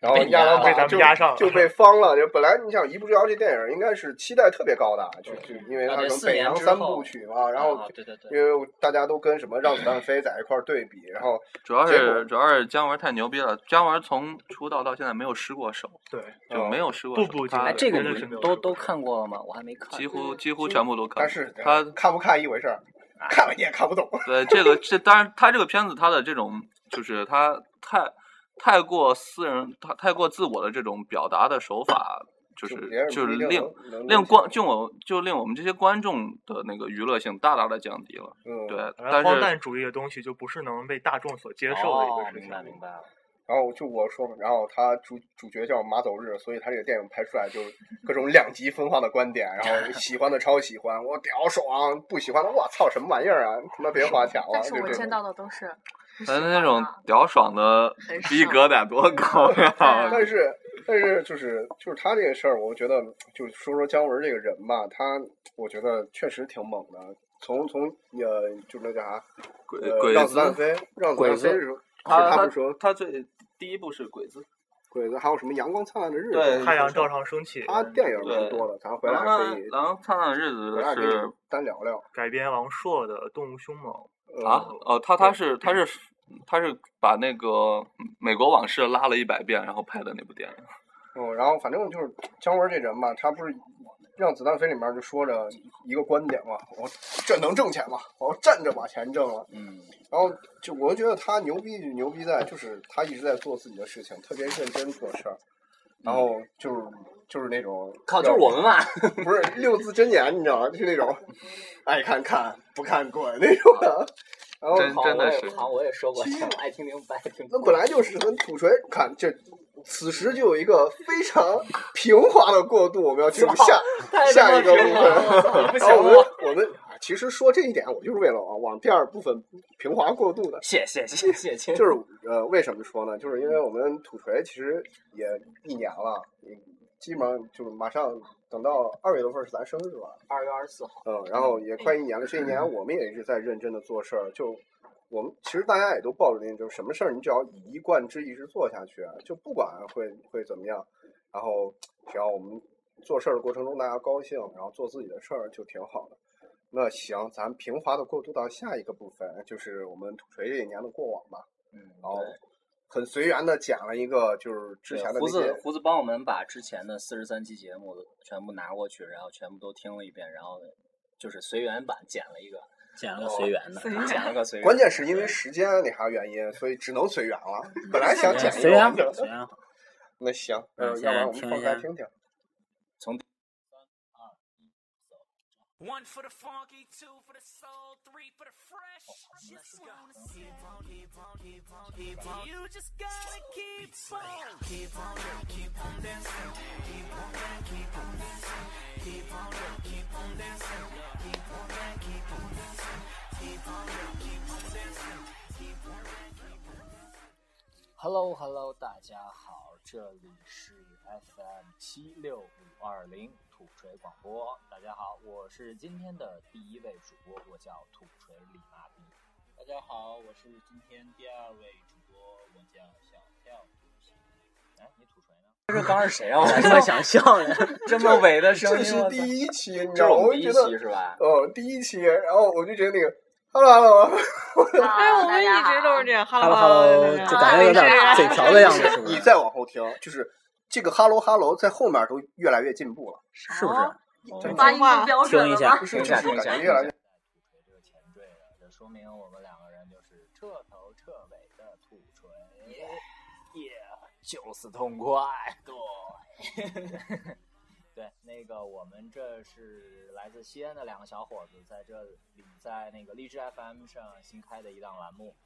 S4: 然后
S3: 被你
S4: 压了
S3: 压了被
S9: 咱
S4: 马
S9: 们
S4: 就
S9: 压上了
S4: 就被方了。就本来你想《一步之遥》这电影应该是期待特别高的，就就因为
S3: 啊
S4: 它
S3: 对
S4: 跟
S3: 四
S4: 北
S3: 年
S4: 洋
S3: 之
S4: 三
S3: 后
S4: 部曲嘛，然后
S3: 啊对对对，
S4: 因为大家都跟什么《让子弹飞》在一块儿对比，然后
S5: 主要
S4: 结果
S5: 是主要是姜文太牛逼了，姜文从出道到现在没有失过手，
S9: 对，
S5: 就
S4: 哦
S5: 没有失过
S9: 步
S5: 手，
S9: 步
S5: 他
S9: 惊
S3: 哎，这
S9: 对
S3: 个
S9: 真的
S3: 你
S9: 是没有
S3: 都
S9: 说
S3: 都
S9: 过
S3: 看过了吗？我还没看
S5: 几。乎几乎
S6: 就
S5: 全部都看
S4: 但
S5: 了。
S4: 是哎
S5: 他
S4: 看不看一回事儿，看了你也看不懂。
S5: 啊 对这个这当然，他这个片子他的这种就是他太太过私人，他太过自我的这种表达的手法，就
S4: 别人
S5: 是就是
S4: 不一定
S5: 令
S4: 能能
S5: 令
S4: 能
S5: 观就我就令我们这些观众的那个娱乐性大大的降低了。
S4: 嗯
S5: 对，
S9: 反正荒
S5: 但是
S9: 诞主义的东西就不是能被大众所接受的一
S3: 哦
S9: 个，事
S3: 明白明
S9: 情。
S3: 白了。
S4: 然后就我说嘛，然后他主主角叫马走日，所以他这个电影拍出来就是各种两极分化的观点，然后喜欢的超喜欢，我屌爽；不喜欢的我操什么玩意儿啊，他妈别花钱了。
S7: 但是
S4: 就
S7: 我
S4: 这
S7: 见
S4: 种，
S7: 到的都
S10: 哦
S7: 是你喜
S5: 咱
S7: 欢
S5: 那种
S7: 啊
S5: 屌爽的
S6: 很
S5: 逼
S6: 爽
S5: 格得多高 呀！
S4: 但是但是就是就是他这个事儿，我觉得就是说说姜文这个人吧，他我觉得确实挺猛的。从从呃，就是那叫啥，
S5: 鬼
S4: 呃，
S5: 鬼
S4: 让子
S5: 子
S4: 弹飞，让子
S3: 鬼
S4: 弹
S3: 子
S4: 飞的时候，
S5: 他
S4: 他
S5: 他
S4: 们说
S5: 他最第一部是鬼子，
S4: 鬼子还有什么阳光灿烂的日子，
S5: 对
S9: 太阳照常升起，
S4: 他电影
S5: 对
S4: 蛮多的，咱回来
S5: 然后
S4: 可以
S5: 《然后灿烂的日子
S4: 回来》可
S5: 是
S4: 以单聊聊。
S9: 改编王朔的《动物凶猛》，
S4: 呃
S5: 啊，哦，他他
S4: 对
S5: 是他是他是把那个嗯美国往事拉了一百遍，然后拍的那部电影。
S4: 嗯，然后反正就是姜文这人吧，他不是《让子弹飞》里面就说着一个观点嘛，我这能挣钱吗？我要站着把钱挣了。
S3: 嗯，
S4: 然后就我就觉得他牛逼就牛逼在就是他一直在做自己的事情，特别认真做事儿。然后就是就是那种
S3: 靠，就是我们嘛。
S4: 不是六字真言，你知道吗？就是那种爱看看不看滚那种的。然后
S5: 真
S3: 哦好
S5: 真的
S3: 我也
S5: 是
S3: 好，我也说过，爱听明白听。
S4: 那本来就是很土锤，看这，此时就有一个非常平滑的过渡，我们要进入下
S3: 太他妈
S4: 下一个部
S3: 平滑了
S4: 分。
S3: 不
S4: 然后
S3: 行
S4: 我
S3: 了
S4: 们我们啊其实说这一点，我就是为了啊往第二部分平滑过渡的。
S3: 谢谢谢 谢，亲
S4: 就是呃，为什么说呢？就是因为我们土锤其实也一年了，嗯基本上就是马上等到二月多份是咱生日吧，
S3: 二月二十四号。
S4: 嗯，然后也快一年了，这一
S3: 嗯
S4: 年我们也一直在认真的做事儿。就我们其实大家也都抱着那种什么事儿，你只要以一贯之一直做下去，啊就不管会会怎么样，然后只要我们做事儿的过程中大家高兴，然后做自己的事儿就挺好的。那行，咱平滑的过渡到下一个部分，就是我们土锤这一年的过往吧。
S3: 嗯，
S4: 然后很随缘的讲了一个，就是之
S3: 对
S4: 前的
S3: 胡
S4: 那
S3: 子
S4: 些，
S3: 胡子帮我们把之前的四十三期节目全部拿过去，然后全部都听了一遍，然后就是随缘版剪了一个，剪了个随缘的，啊剪了个 随缘。
S4: 关键是因为时间那啥原因，所以只能随缘了。 本来想讲一个
S3: 随缘
S4: 完整的
S3: 随缘好。
S4: 那行，
S3: 嗯
S4: 呃，
S3: 先
S4: 要不然我们
S3: 听
S4: 放
S3: 一
S4: 开
S3: 下
S4: 听听。
S12: One for the funky, two for the soul, three for the fresh. Just wanna see on, keep on, keep on, keep on. You just gotta keep on, keep on, keep on dancing, keep on, keep on dancing, keep on, keep on dancing, keep on, keep on dancing, keep on, keep on dancing, keep on, keep on.
S3: Hello Hello，大家好，这里是 FM 七六五二零土锤广播。大家好，我是今天的第一位主播，我叫土锤李麻痹。大家好，我是今天第二位主播，我叫小跳。哎，你土锤呢？这刚是谁啊？我还他妈想笑 呢， 这么伪的声音，
S4: 这是
S3: 我操
S4: 第一期，你知
S3: 这是
S4: 道吗，
S3: 我
S4: 我
S3: 们第一
S4: 就觉
S3: 期
S4: 得，
S3: 是吧？
S4: 哦，第一期，然后我就觉得那个，hello hello，
S8: 哎，我们一直都是这样，哈喽哈喽，
S3: 哎
S6: 感觉有点嘴瓢的样子
S4: 你再往后听，就是这个哈喽哈喽在后面都越来越进步了，
S6: 是不
S4: 是？啊
S6: 发音不标准
S9: 听一
S6: 了
S9: 下，
S6: 吗？
S9: 听一下，听一下，
S4: 感觉越来越
S3: 这说明我们两个人就是彻头彻尾的土锤，耶、就是痛快，对， 对，那个我们这是来自西安的两个小伙子，在这里在那个荔枝 FM 上新开的一档栏目，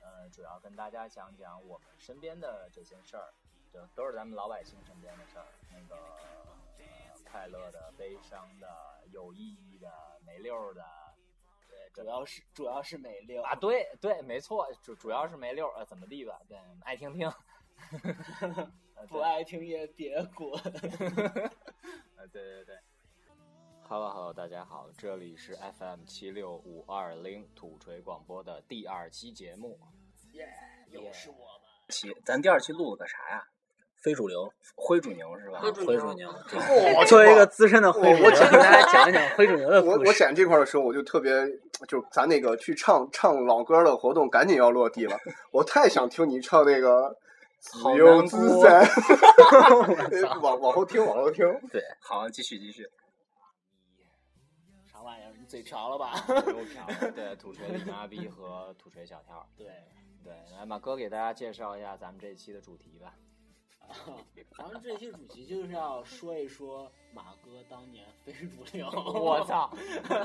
S3: 呃，主要跟大家讲讲我们身边的这些事儿，就都是咱们老百姓身边的事儿，那个、呃快乐的、悲伤的、有意义的、没溜 儿的。对，主要是主要是没溜啊，对对，没错，主主要是没溜，呃，怎么地吧，对，爱听 呃听，不爱听也别 滚，呃，对对对。Hello Hello，大家好，这里是 FM 七六五二零土锤广播的第二期节目，
S10: 又是我们。
S9: 期咱第二期录了个啥呀？非主流，灰主牛是吧？
S6: 灰
S9: 灰
S6: 主牛
S9: 主牛，对
S4: 我
S9: 作为一个资深的灰主
S4: 哦我
S9: 牛，
S4: 我
S9: 给大家讲一 讲灰主牛的
S4: 我
S9: 故
S4: 我
S9: 事。
S4: 剪这块儿的时候，我就特别，就咱那个去唱唱老歌的活动赶紧要落地了，我太想听你唱那个
S9: 好
S4: 自由
S9: 难
S4: 自
S9: 过
S4: 在
S9: 我 操，
S4: 往往后听，往后听，
S9: 对，好，继续继续。
S10: 啥玩意儿？你嘴瓢了吧？
S3: 又瓢了，对，土锤李妈逼和土锤小跳，
S10: 对，
S3: 对，来马哥给大家介绍一下咱们这一期的主题吧。
S10: 咱们这期主题就是要说一说马哥当年非主 流。
S3: 我！操！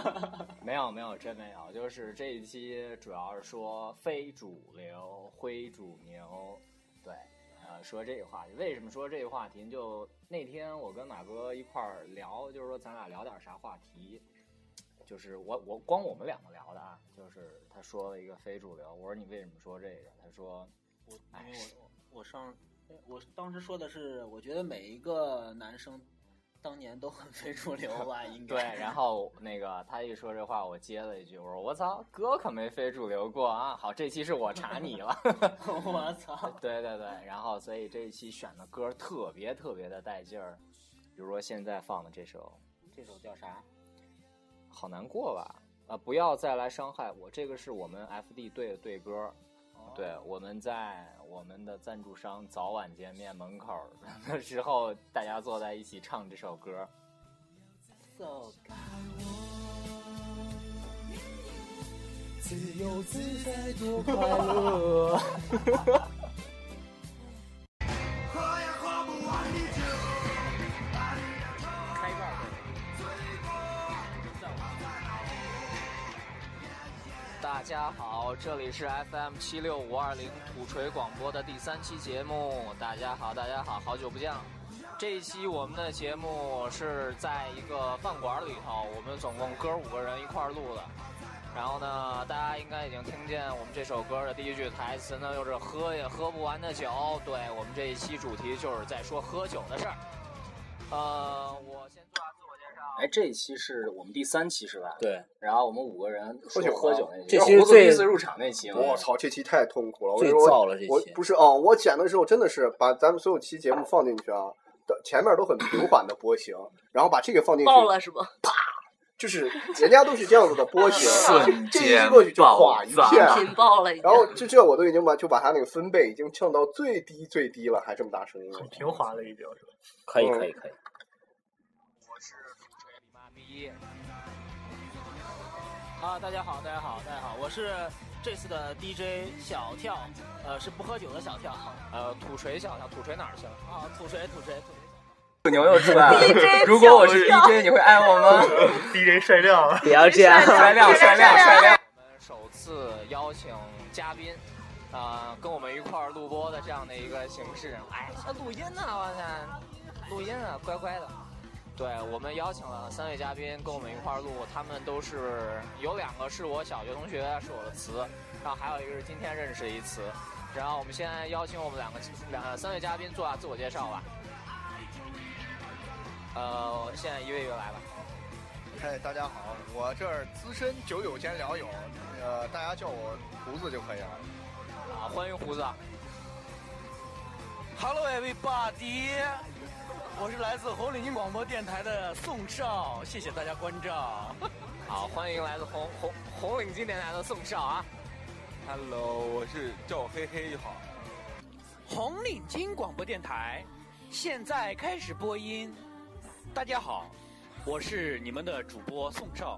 S3: 没有没有，真没有。就是这一期主要是说非主流、灰主牛，对，呃，说这个话题。为什么说这个话题？就那天我跟马哥一块儿聊，就是说咱俩聊点啥话题。就是我我光我们两个聊的啊，就是他说了一个非主流，我说你为什么说这个？他说
S10: 我
S3: 哎
S10: 因为我我上哎我当时说的是，我觉得每一个男生当年都很非主流 吧，应
S3: 对，
S10: 该。
S3: 然后那个他一说这话，我接了一句，我说我操，哥可没非主流过啊。好，这期是我查你了。
S10: 我操！
S3: 对对对，然后所以这一期选的歌特别特别的带劲儿，比如说现在放的这首
S10: 这首叫啥？
S3: 《好难过吧》啊、不要再来伤害我，这个是我们 FD 队的队歌，
S10: 哦
S3: 对，我们在我们的赞助商早晚见面门口儿 的时候，大家坐在一起唱这首歌，
S10: ，so good。
S3: 自由自在多快乐。
S10: 开盖儿
S3: 大家好，这里是 FM 七六五二零土锤广播的第三期节目。大家好，大家好，好久不见了。这一期我们的节目是在一个饭馆里头，我们总共哥五个人一块儿录的。然后呢，大家应该已经听见我们这首歌的第一句台词呢，就是“喝也喝不完的酒”。对我们这一期主题就是在说喝酒的事儿。呃，我先做下自我介绍。
S9: 哎，这一期是我们第三期是吧？。
S3: 对，
S9: 然后我们五个人
S4: 喝酒
S9: 说喝
S4: 啊
S9: 酒那期，
S4: 这
S3: 期是
S9: 胡子
S3: 最
S9: 第一次入场那期嘛。
S4: 我操，这期太痛苦了，我
S9: 最
S4: 跟你说
S9: 燥了这
S4: 我
S9: 期
S4: 不是哦，我剪的时候真的是把咱们所有期节目放进去啊，的前面都很平缓的波形，然后把这个放进去，
S6: 爆了是吗？
S4: 就是人家都是这样子的波形，
S13: 瞬
S4: 这一
S13: 间
S4: 过去就
S13: 爆
S4: 垮一
S13: 炸，
S4: 片。啊
S6: 频啊爆了已经
S4: 然。后就这，我都已经把就把它那个分贝已经降到最低最低了，还这么大声音，
S14: 平滑了已经。是吧
S9: 可以
S4: 嗯
S9: 可以可以。
S10: 啊，大家好，大家好，大家好，我是这次的 DJ 小跳，呃，是不喝酒的小跳啊，
S3: 呃，土锤笑笑，土锤哪儿去了？
S10: 土锤土锤土锤，
S9: 土 牛又出 来了
S6: DJ
S9: 如果我是
S6: 小跳
S9: DJ，你会爱我 吗？
S14: DJ 晒亮了，
S9: 不要这 样，
S6: 帅
S9: 帅
S6: 亮
S9: 亮
S6: 帅
S9: 帅
S6: 亮
S9: 亮帅亮。
S3: 我们首次邀请嘉宾，呃，跟我们一块儿录播的这样的一个形式。哎，这录音呢、我操，录音啊，乖乖的。对我们邀请了三位嘉宾跟我们一块儿录，他们都是有两个是我小学同学，是我的词，然后还有一个是今天认识的一词。然后我们现在邀请我们两个两三位嘉宾做下自我介绍吧。呃，现在一位一位来吧。
S15: 嗨，大家好，我这儿资深酒友兼聊友，呃，大家叫我胡子就可以了。
S3: 啊，欢迎胡子。
S10: Hello everybody，我是来自红领巾广播电台的宋少，谢谢大家关照。
S3: 好，欢迎来自红红红领巾电台的宋少啊！
S16: Hello，我是赵黑黑，好。
S10: 红领巾广播电台，
S3: 现在开始播音。大家好，我是你们的主播宋少。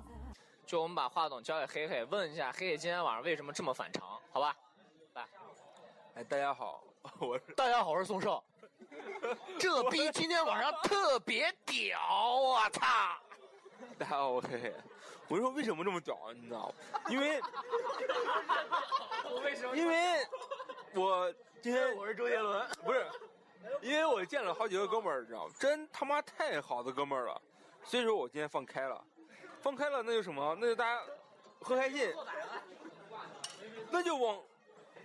S9: 就我们把话筒交给黑黑，问一下黑黑今天晚上为什么这么反常？好吧，来。
S16: 哎，大家好， 我是
S9: 大家好，我是 宋少。这逼今天晚上特别屌，啊我操！
S16: 大家好，我嘿嘿。我就说为什么这么屌，啊你知道吗？因为
S9: 我为什么？
S16: 因为我今天
S9: 我是周杰伦，
S16: 不是，因为我见了好几个哥们儿，你知道吗？真他妈太好的哥们儿了，所以说我今天放开了，放开了那就什么？那就大家喝开心，那就往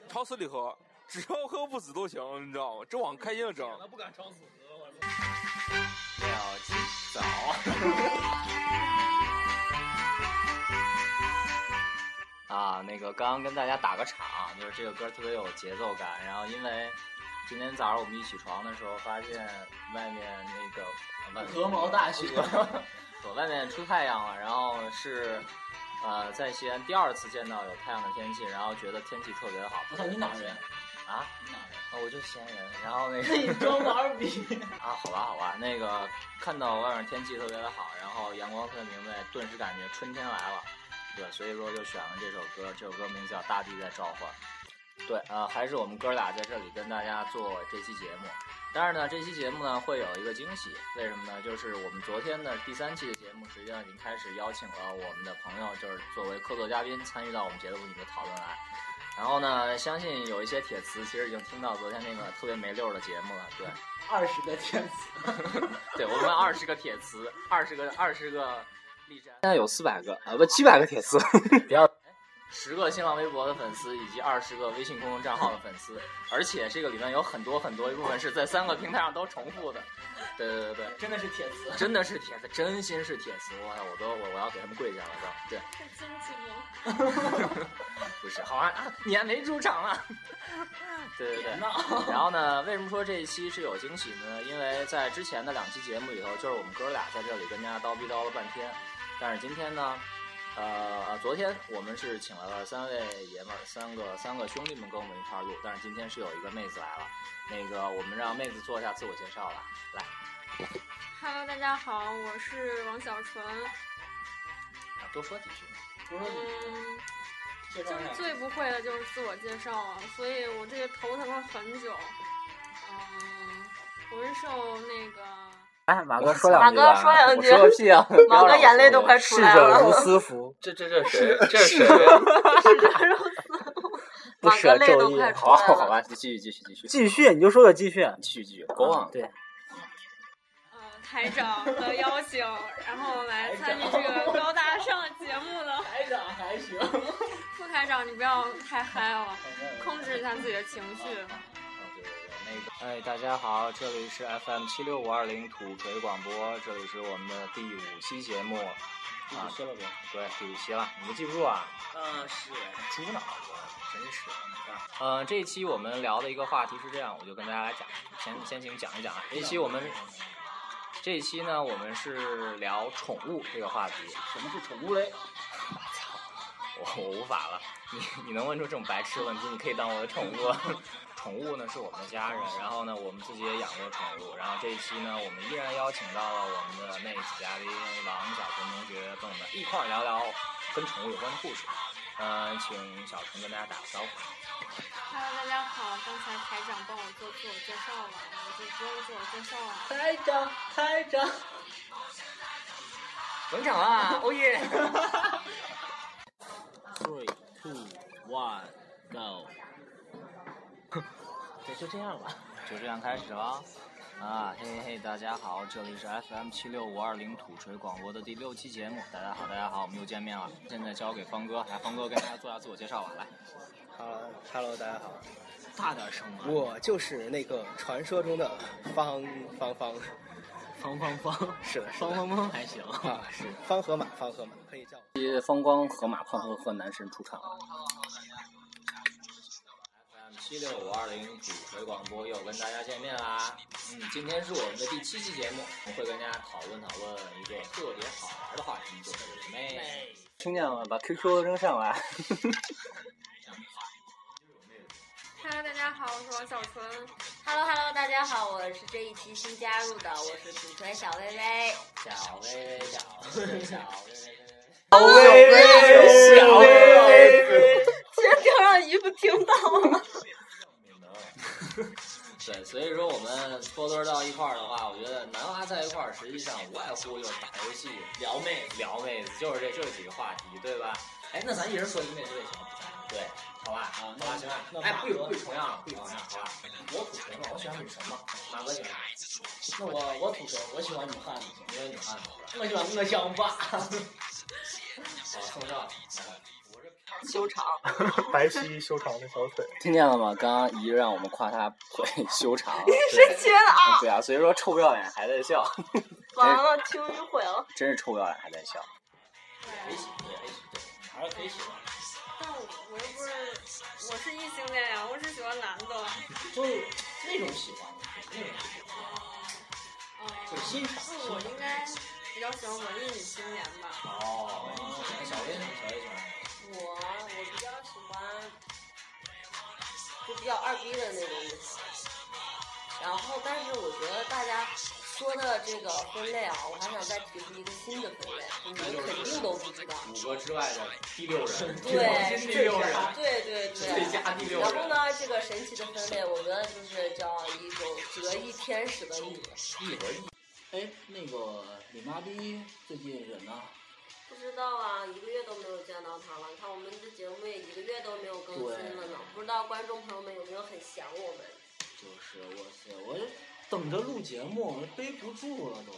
S16: 朝死里喝，只要喝不死都行，你知道吗？这往开心了整。
S9: 不敢装死，我
S3: 廖金早， 啊，那个刚刚跟大家打个场，就是这个歌特别有节奏感。然后因为今天早上我们一起床的时候，发现外面那个外面
S9: 鹅毛大雪
S3: 我外面出太阳了。然后是呃，在西安第二次见到有太阳的天气，然后觉得天气特别好。
S9: 我操，你哪人？
S3: 啊？
S9: 你哪人？
S3: 啊，我就西安人。然后那
S9: 你
S3: 个
S9: 装毛逼！
S3: 啊，好吧，好吧，那个看到外面天气特别的好，然后阳光特别明媚，顿时感觉春天来了，对，所以说就选了这首歌，这首歌名字叫《大地在召唤》。对，呃，还是我们哥俩在这里跟大家做这期节目，但是呢，这期节目呢会有一个惊喜，为什么呢？就是我们昨天的第三期的节目，实际上已经开始邀请了我们的朋友，就是作为客座嘉宾参与到我们节目里的讨论来。然后呢，相信有一些铁磁其实已经听到昨天那个特别没溜儿的节目了，对，
S9: 二十个天子，
S3: 对，我们二十个铁磁，二十个二十个立站，
S9: 现在有四百个啊，不七百个铁丝，不要
S3: 十个新浪微博的粉丝以及二十个微信公众账号的粉丝，而且这个里面有很多很多一部分是在三个平台上都重复的。对对对对，
S9: 真的是铁丝，
S3: 真的是铁丝，真心是铁丝，我我都我我要给他们跪下了都。对，
S17: 是金鸡吗？
S3: 不是，好啊，啊你还没出场啊？对对对
S9: 别闹。
S3: 然后呢，为什么说这一期是有惊喜呢？因为在之前的两期节目里头，就是我们哥俩在这里跟大家叨逼叨了半天，但是今天呢，呃，昨天我们是请来了三位爷们儿，三个三个兄弟们跟我们一块儿录，但是今天是有一个妹子来了，那个我们让妹子做一下自我介绍吧，来。啊
S10: Hello，大家好，我是王小纯。
S3: 啊多说几句。
S9: 多说几句。
S10: 嗯，
S9: 介
S10: 就
S9: 绍一
S10: 是
S9: 下
S10: 最不会的就是自我介绍了，所以我这个头疼了很久。嗯，我是受那个
S3: 哎，马哥说
S18: 马
S3: 两句吧。
S18: 哥说两句
S3: 我说个屁啊！
S18: 马哥眼泪都快出来了。
S3: 夫。这这这 谁？这
S18: 是
S3: 谁？
S18: 马哥
S3: 舍
S18: 泪
S3: 昼
S18: 都
S3: 夜
S18: 快 出
S3: 好吧
S18: 来
S3: 好
S18: 了。
S3: 吧，继续继续继续
S19: 继续，你就说个继续，啊
S3: 继续继续，国王对。
S10: 呃台长的邀请，然后来参与这个高大上节目的。台长还行。副台长，你不要太嗨了，控制一下自己的情绪。
S3: 那个，哎，大家好，这里是 FM 七六五二零土锤广播，这里是我们的第五期节目，
S9: 第
S3: 啊
S9: 五期了不？
S3: 对，第五期了，你们记不住啊？
S9: 嗯，是
S3: 猪脑子，真是。嗯、这一期我们聊的一个话题是这样，我就跟大家来讲，先先请讲一讲啊。这一期我们，这一期呢，我们是聊宠物这个话题。什么是宠物嘞？我操，我我无法了。你你能问出这种白痴问题，你可以当我的宠物了。 宠物呢是我们的家人，然后呢我们自己也养过宠物。然后这一期呢，我们依然邀请到了我们的妹子嘉宾王小纯同学，跟我们一块儿聊聊跟宠物有关的故事。呃，请小纯跟大家打个招呼。
S10: Hello，大家好，刚才台长帮我做自我介绍了，我就不用自我介 绍了。
S9: 台长，台长，
S3: 冷场啦！哦耶
S9: ！Three, two, one, go！
S3: 对，就这样吧，就这样开始了。啊，嘿嘿嘿，大家好，这里是 FM 七六五二零土锤广播的第六期节目。大家好，大家好，我们又见面了。现在交给方哥，来，方哥跟大家做下自我介绍吧，来，
S4: 哈，Hello，大家好，
S3: 大点声啊嘛。
S4: 我就是那个传说中的方方方，
S3: 方方方，
S4: 是的，
S3: 方方方还行
S4: 啊，是方河马，方河马可以叫我。
S3: 呃风光河马胖和和男神出场。FM 七六五二零主锤广播又跟大家见面啦。嗯，今天是我们的第七期节目，我们会跟大家讨论讨论一个特别好玩的话题，就是妹。听见了吗？把 QQ 扔上来。
S10: 嗨， Hello，大家好，我是王小纯。
S20: Hello Hello，大家好，我是这一期新加入的，我是主持人小薇薇。
S10: 哎
S3: 小薇薇，小薇薇，小薇薇。
S20: 小薇
S10: 薇
S20: 小 薇
S10: 薇，其实听让姨夫听到了。
S3: 对，所以说我们多多到一块儿的话，我觉得男娃在一块儿，实际上无外乎就是打游戏、撩妹、聊妹子，就是这就是几个话题，对吧？哎，那咱一人说一个妹子类型，对，好吧？啊，好吧，行吧。哎，不不重样了，不重样啊了，好吧？我吐谁嘛？我喜欢女神嘛，马哥喜欢。那我我吐谁？我喜欢女汉子，你喜欢女汉子？我喜欢恶乡 霸。好，宋少，
S21: 修长。
S9: 白皙修长的小腿。
S6: 听见了吗？刚刚姨让我们夸她腿修长，
S10: 你是缺的啊！
S6: 对啊，所以说臭不要脸还在笑，
S10: 完了，听迂毁了。
S6: 真是臭不要脸还在笑。
S10: 哎
S3: 可以喜欢，也可以喜欢，还是可以喜欢。
S10: 但我我又不是，我是异性恋呀，我只喜欢男的。
S3: 就是那种喜欢，那种喜
S10: 哦
S3: 欢，就是欣赏。
S10: 那我应该比较喜欢文艺女青年吧。
S3: 哦，小薇呢？小薇喜欢。
S20: 我我比较喜欢，就比较二逼的那种类型。然后，但是我觉得大家说的这个分类啊，我还想再提出一个新的分类，你们肯定都不知道。
S3: 五个之外的第六人，
S20: 对，
S3: 第六人，
S20: 对对对。
S3: 最佳第六
S20: 然
S3: 人。
S20: 后呢，这个神奇的分类，我觉得就是叫一种折翼天使的女。
S3: 一会儿一，哎，那个你妈逼最近人呢？
S20: 不知道啊，一个月都没有见到他了。你看我们的节目也一个月都没有更新了呢，不知道观众朋友们有没有很想我们？
S3: 就是，我塞，我等着录节目，我背不住了都。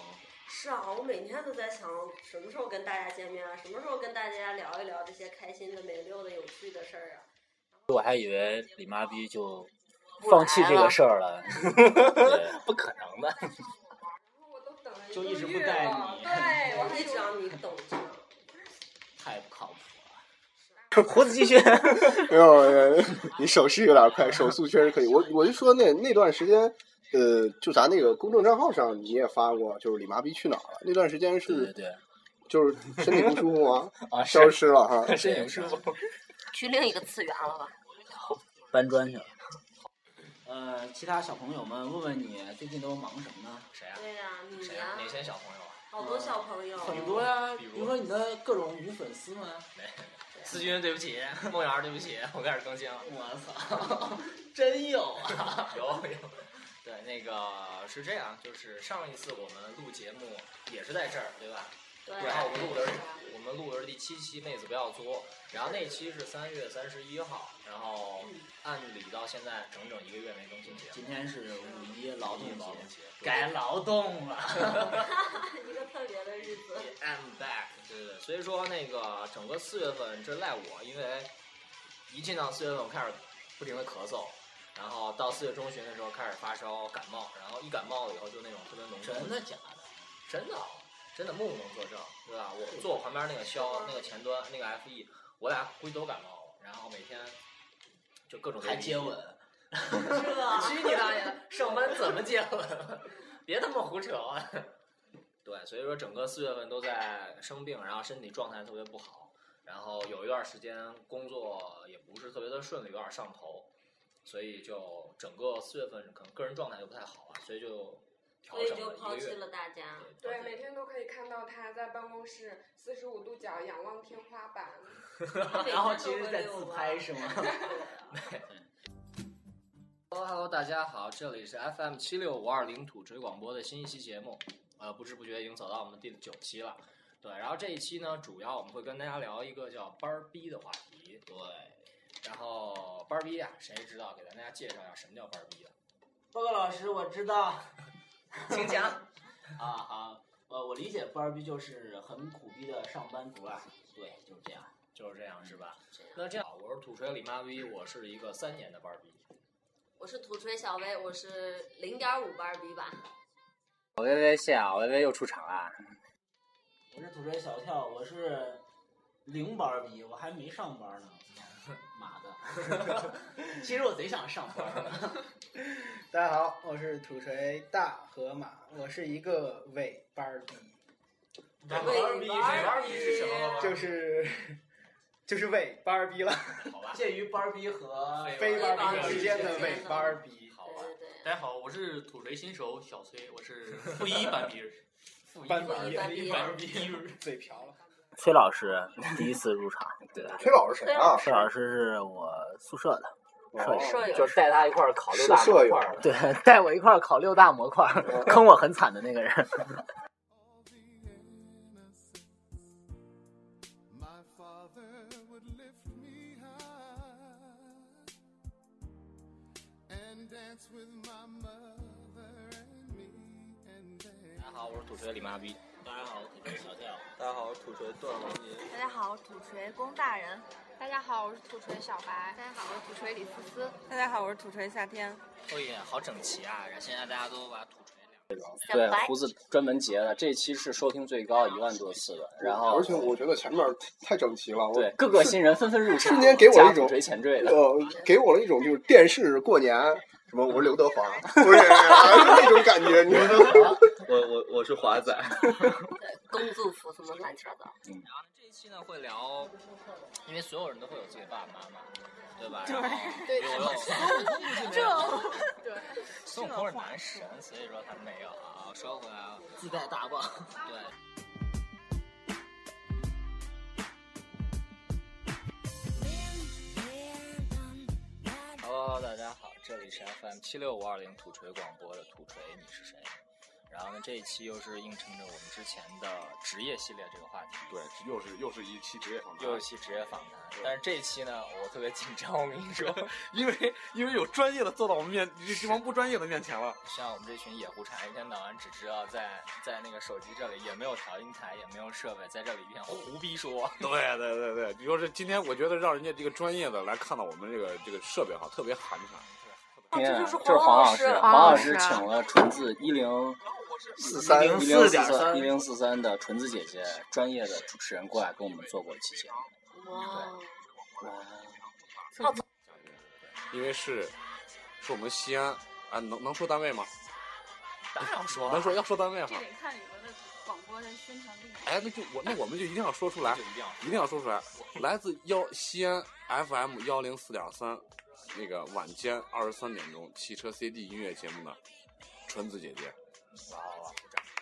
S20: 是啊，我每天都在想什么时候跟大家见面啊，什么时候跟大家聊一聊这些开心的、没溜的、有趣的事儿啊。
S6: 我还以为李妈逼就
S20: 不
S6: 放弃
S20: 来
S6: 这个
S20: 了
S6: 事儿 了，对不可能的。
S3: 就一直不带你，
S20: 对，我一直让你懂着。
S3: 太不靠 谱
S6: 胡子继续。
S4: 没有，没有你手势有点快，手速确实可以。我我就说那那段时间，呃，就咱那个公众账号上你也发过，就是李麻痹去哪儿了？那段时间是，
S6: 对对
S4: 就是身体不舒服吗？
S6: 啊是
S4: 消失了哈，
S6: 身体不舒服，
S20: 去另一个次元了吧？
S6: 搬砖去了。
S3: 呃，其他小朋友们，问问你最近都忙什么呢？谁啊？
S20: 对呀、你
S3: 谁
S20: 呀、
S3: 啊？哪些小朋友啊？
S20: 好多小朋友。
S3: 很多 呀，比如说你的各种女粉丝们。思君，对不起，梦瑶，对不起，我开始更新了。我操，真有 啊！有有。对，那个是这样，就是上一次我们录节目也是在这儿，对吧？
S20: 对
S3: 然后我们录的是我们录的是第七期《妹子不要作》，然后那期是三月三十一号，然后按理到现在整整一个月没更新节目。今天是五一劳动节，该劳动了。
S20: 一个特别的日子。
S3: I'm back，对对对，所以说那个整个四月份这赖我，因为一进到四月份我开始不停的咳嗽，然后到四月中旬的时候开始发烧感冒，然后一感冒了以后就那种特别浓重。真的假的？真的，真的木木能作 证，对吧？我坐我旁边那个肖，那个前端那个 FE，我俩估计都感冒了，然后每天就各种还接 吻，去你大爷！上班怎么接吻？别他妈胡扯啊！对，所以说整个四月份都在生病，然后身体状态特别不好，然后有一段时间工作也不是特别的顺利，有点上头，所以就整个四月份可能个人状态就不太好啊，所以就调
S20: 所以
S3: 整
S20: 就
S3: 了
S20: 抛
S3: 一个
S20: 弃
S3: 月。
S20: 了大家。
S22: 对，每天都可以看到他在办公室四十五度角仰望天花 板。
S3: 然后其实在自拍是吗啊 Hello Hello，大家好，这里是 FM 七六五二零土锤广播的新一期节目，呃，不知不觉已经走到我们第九期了。对，然后这一期呢，主要我们会跟大家聊一个叫班儿逼的话题。对，然后班儿逼啊，谁知道？给大家介绍一下什么叫班儿逼啊？
S23: 报告老师，我知道。
S3: 请讲。啊
S23: 好，呃我我理解班儿逼就是很苦逼的上班族啊。对，就是这样。
S3: 就是这样是吧？那这样，我是土锤李妈逼，我是一个三年的班儿逼。
S20: 我是土锤小薇，我是零点五班儿比吧。
S6: 我薇薇谢啊，我薇薇又出场啦。
S23: 我是土锤小跳，我是零班儿逼，我还没上班呢。妈 的！其实我贼想上班 儿。
S24: 大家好，我是土锤大河马，我是一个伪班儿逼。
S23: 伪班儿逼伪班儿逼是什么
S24: 就是
S25: 就是为巴尔比了。
S26: 好吧，介于巴尔比和
S25: 非
S26: 巴
S25: 巴比之间的为巴尔比。
S27: 好吧，大家好，我是土锤新手小崔，我是负一 班比日，负一
S25: 班
S27: 比班比日，
S25: 嘴瓢了。
S3: 崔老师第一次入场，对吧？
S4: 崔老师谁啊？
S3: 崔老师是我宿舍的。
S23: 哦
S20: 舍友
S3: 哦就是带他一块儿哦烤六大
S4: 是舍
S3: 模
S4: 友
S3: 块儿，对，带我一块儿烤六大模块儿， 坑我很惨的那个人。
S12: My father would lift me high and dance with my mother and me and they.
S14: 大家好，我是土锤李妈逼。
S26: 大家好，我是小跳。
S16: 大家好，我是土锤段龙吟。
S28: 大家好，我是土锤龚大人。
S10: 大家好，我是土锤小白。大家好，我是土锤李思思。
S8: 大家好，我是土锤夏天。
S3: 哎
S14: 哦耶，好整齐啊！然后现在大家都把土锤
S3: 对，胡子专门截的，这一期是收听最高一万多次的，然后
S4: 而且我觉得前面太整齐了，我
S3: 对各个新人纷纷入场，
S4: 瞬间给我
S3: 加
S4: 一种
S3: 土锤前缀的，
S4: 呃，给我了一种就是电视过年什么，我是刘德华， 不是 那种感 觉，你知道 吗？
S5: 我我我是华仔，
S20: 工作服什么乱七八糟。
S14: 嗯然后这一期呢会聊，因为所有人都会有自己的爸爸妈妈，对吧？然后
S7: 对
S14: 有有
S7: 这
S14: 对，孙悟空是男神，所以说他没有啊。说回来啊，
S26: 自带大棒。
S14: 对。Hello，大家好，这里是 FM 七六五二零土锤广播的土锤，你是谁？然后呢，这一期又是映衬着我们之前的职业系列这个话题，
S27: 对，又是又是一期职业访
S14: 又一期职业访谈。但是这一期呢，我特别紧张，我跟 你说，
S16: 因为因为有专业的坐到我们面，这帮不专业的面前了。
S14: 像我们这群野狐禅，一天到晚只知道在在那个手机这里，也没有调音台，也没有设备，在这里一片胡逼说。
S27: 对对对对，你说是今天，我觉得让人家这个专业的来看到我们这个这个设备哈，特别寒碜。
S3: 啊这就是
S20: 啊黄
S3: 黄
S20: 老
S3: 老
S20: 师
S3: 师，啊黄
S20: 黄老
S3: 老
S20: 师
S3: 师
S1: 啊
S3: 请了纯子一零
S4: 四三
S3: 一零四
S4: 104.3
S3: 一零四三的纯子姐姐，专业的主持人过来跟我们做过一期节目。
S20: 哇，
S11: 哦
S27: 因为是是我们西安啊，能能说单位吗？
S14: 当然要说
S27: 能说要说单位
S11: 这
S27: 哈。
S11: 得看你们的广播的宣传力。
S27: 哎，那就我那我们就一定要说出来，一定要说出来。来自幺西安 FM 幺零四点三，那个晚间二十三点钟汽车 CD 音乐节目的纯子姐姐，
S14: 哇哇哇！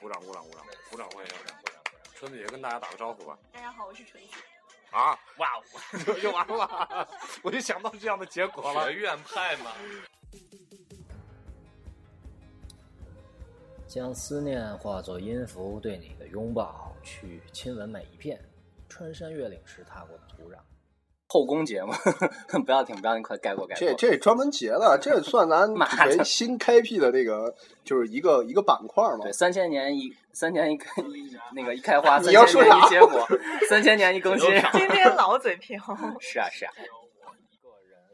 S27: 鼓掌鼓掌鼓掌鼓掌鼓掌鼓掌鼓掌！纯子姐姐跟大家打个招呼吧。
S11: 大家好，我是纯姐。
S27: 啊，哇哦， 就就完了，我就想到这样的结果了。
S16: 学院派嘛，
S1: 将思念化作音符，对你的拥抱，去亲吻每一片穿山越岭时踏过的土壤。
S3: 后宫节目， 不要停，不要停，快盖过盖过。
S4: 这这专门截的，这算咱
S3: 妈的
S4: 为新开辟的这个就是一个一个板块嘛
S3: 对，。三千年一三千年一开一 那个一开花，
S4: 你要
S3: 三千
S4: 说
S3: 年
S4: 啥
S3: 一结果，三千年一更新。
S8: 今天老嘴瓢。
S3: 是啊是啊，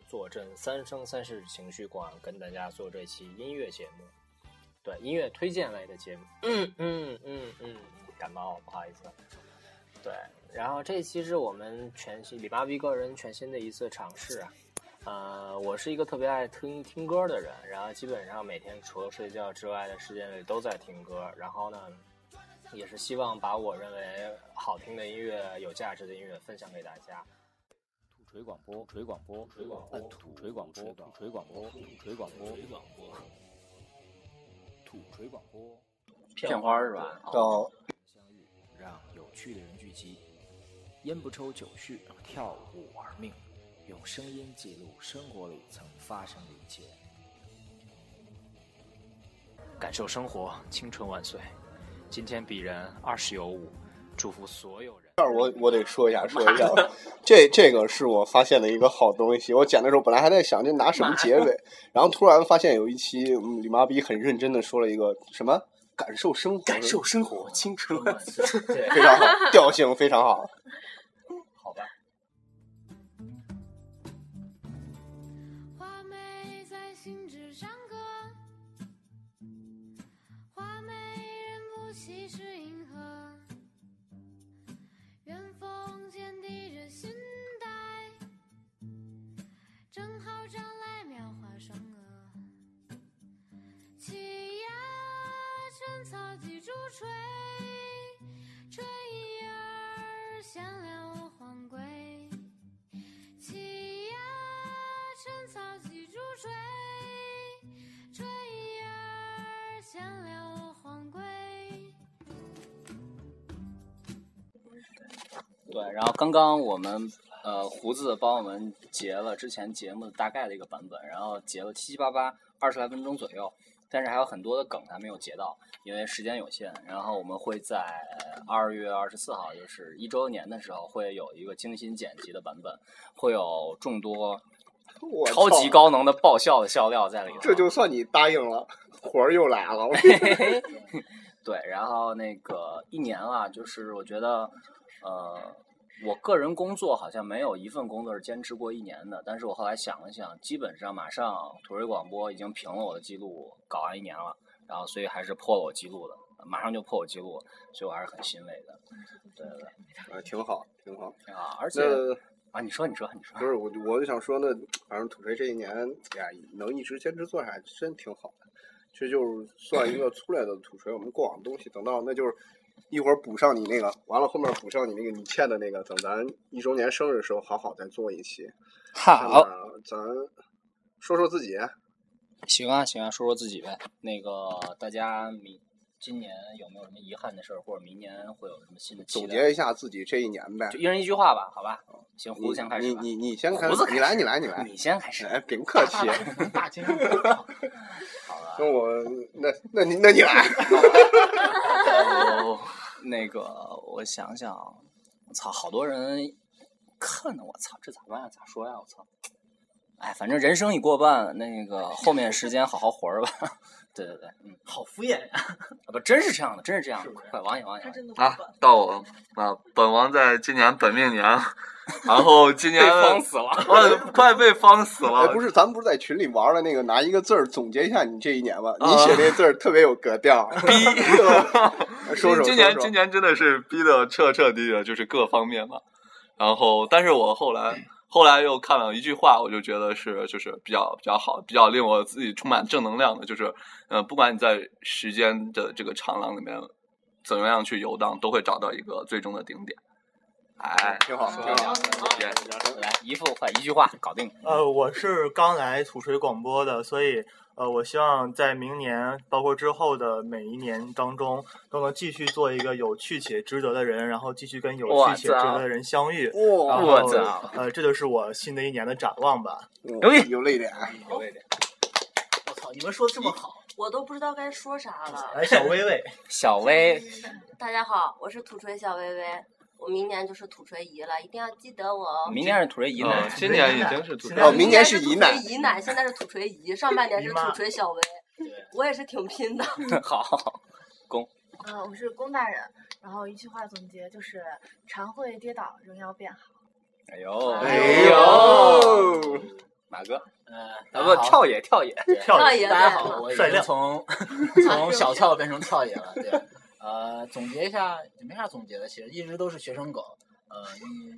S1: 坐镇三生三世情绪馆，跟大家做这期音乐节目，对音乐推荐类的节目。嗯嗯嗯嗯，感冒不好意思。对，然后这期是我们全新李八逼个人全新的一次尝试啊。呃，我是一个特别爱听听歌的人，然后基本上每天除了睡觉之外的时间里都在听歌。然后呢，也是希望把我认为好听的音乐、有价值的音乐分享给大家。土锤广播，锤广播，锤广播，土锤广播，土锤广播，土锤广播，土锤广播，土锤广播，
S3: 片花儿是吧？
S4: 哦，
S1: 让有趣的人聚集，烟不抽酒絮，跳舞玩命，用声音记录生活里曾发生的一切。
S14: 感受生活，青春万岁！今天鄙人二十有五，祝福所有人。
S4: 这儿我我得说一下，说一下，这这个是我发现的一个好东西。我剪的时候本来还在想这拿什么结尾，然后突然发现有一期嗯李妈逼很认真的说了一个什么感受生活，感受
S3: 生活，青春万岁，
S4: 非常好，调性非常好。
S3: 好吧。
S12: 花没在信纸上刻，花没人不惜是银河。远风间滴着信带，正好张来描画双蛾。起呀，春草几株垂，春意儿，闲聊我黄归。
S2: 深草起竹吹，吹一二闲聊黄归。
S3: 对，然后刚刚我们呃胡子帮我们截了之前节目大概的一个版本，然后截了七七八八二十来分钟左右，但是还有很多的梗还没有截到，因为时间有限。然后我们会在二月二十四号，就是一周年的时候，会有一个精心剪辑的版本，会有众多
S4: 我
S3: 超级
S4: 操，
S3: 高能的爆笑的笑料在里头。
S4: 这就算你答应了，活儿又来了。
S3: 对，然后那个一年了，就是我觉得，呃，我个人工作好像没有一份工作是坚持过一年的。但是我后来想了想，基本上马上土瑞广播已经平了我的记录，搞完一年了，然后所以还是破了我记录的，马上就破我记录了，所以我还是很欣慰的。对对对，
S4: 啊，挺好，挺好
S3: 啊！而且
S4: 那
S3: 啊，你说，你说，你说，
S4: 不是我，我就想说那，反正土锤这一年，哎呀，能一直坚持做下去，真挺好的。这就是算一个出来的土锤，我们过往的东西，等到那就是一会儿补上你那个，完了后面补上你那个你欠的那个，等咱一周年生日的时候好好再做一期。
S3: 好，
S4: 咱说说自己，啊
S3: 行啊，行啊，说说自己呗。那个大家明今年有没有什么遗憾的事儿，或者明年会有什么新的期待？
S4: 总结一下自己这一年呗啊
S3: 就。一人一句话吧，好吧？行，胡子先开始
S4: 你
S3: 吧。
S4: 你你先开
S3: 胡子开始
S4: 始，你来你来你来，
S3: 你先开始。
S4: 哎，别客气。
S26: 大金
S4: 那我那 那你那你来。
S3: 我 那个，我想想，我操，好多人看的我操，这咋办呀？咋说呀？我操！哎，反正人生已过半，那个后面时间好好活着吧。 对对对，嗯，
S26: 好敷衍呀、
S3: 啊不，真是这样的，真是这样的。快王爷，王爷，
S5: 啊，到我了啊！本王在今年本命年，然后 今年
S3: 被方死 了
S5: 啊，快被方死
S4: 哎，
S5: 了
S4: 不。是，咱们不是在群里玩了那个拿一个字儿总结一下你这一年吗？你
S5: 啊
S4: 写这字儿特别有格调。
S5: 逼，
S4: 说说
S5: 今
S4: 说
S5: 年
S4: 说
S5: 今年真的是逼的彻彻底底的，就是各方面嘛。然后，但是我后来后来又看了一句话，我就觉得是就是比较比较好，比较令我自己充满正能量的，就是呃，不管你在时间的这个长廊里面怎么样去游荡，都会找到一个最终的顶点。哎，
S4: 挺好，
S3: 挺好。来，一副快，一句话搞定。
S9: 呃，我是刚来土锤广播的，所以呃，我希望在明年，包括之后的每一年当中，都能继续做一个有趣且值得的人，然后继续跟有
S3: 哇
S9: 趣且值
S3: 操
S9: 得的人相遇。
S3: 哇
S9: 然
S3: 我
S9: 后
S3: 操哎
S9: 呃，这就是我新的一年的展望吧。
S4: 有泪点，
S9: 有泪点。我操，你们说的这么好，
S6: 我都不知道该说啥了。
S3: 哎
S9: 来小薇薇，
S3: 小薇，
S6: 大家好，我是土锤小薇薇，我明年就是土锤姨了，一定要记得我哦。
S3: 明年是土锤姨奶，
S5: 今年已经是土
S4: 哦，明年是
S6: 土
S4: 姨
S6: 锤
S4: 奶，
S6: 姨奶，现在是土锤姨，上半年是
S9: 姨妈
S6: 土锤小薇，我也是挺拼 的。
S3: 好 好好，公
S7: 嗯、我是龚大人，然后一句话总结就是：常会跌倒，仍要变好。
S3: 哎呦，
S4: 哎
S3: 呦，马哥，
S26: 嗯大家
S3: 啊不
S26: 好
S3: 跳野跳野，
S26: 跳
S6: 爷
S26: 大家好，
S6: 对
S26: 我已
S9: 帅
S26: 经
S9: 亮
S26: 从从小跳变成跳野了。对，呃，总结一下，也没啥总结的，其实一直都是学生狗。呃，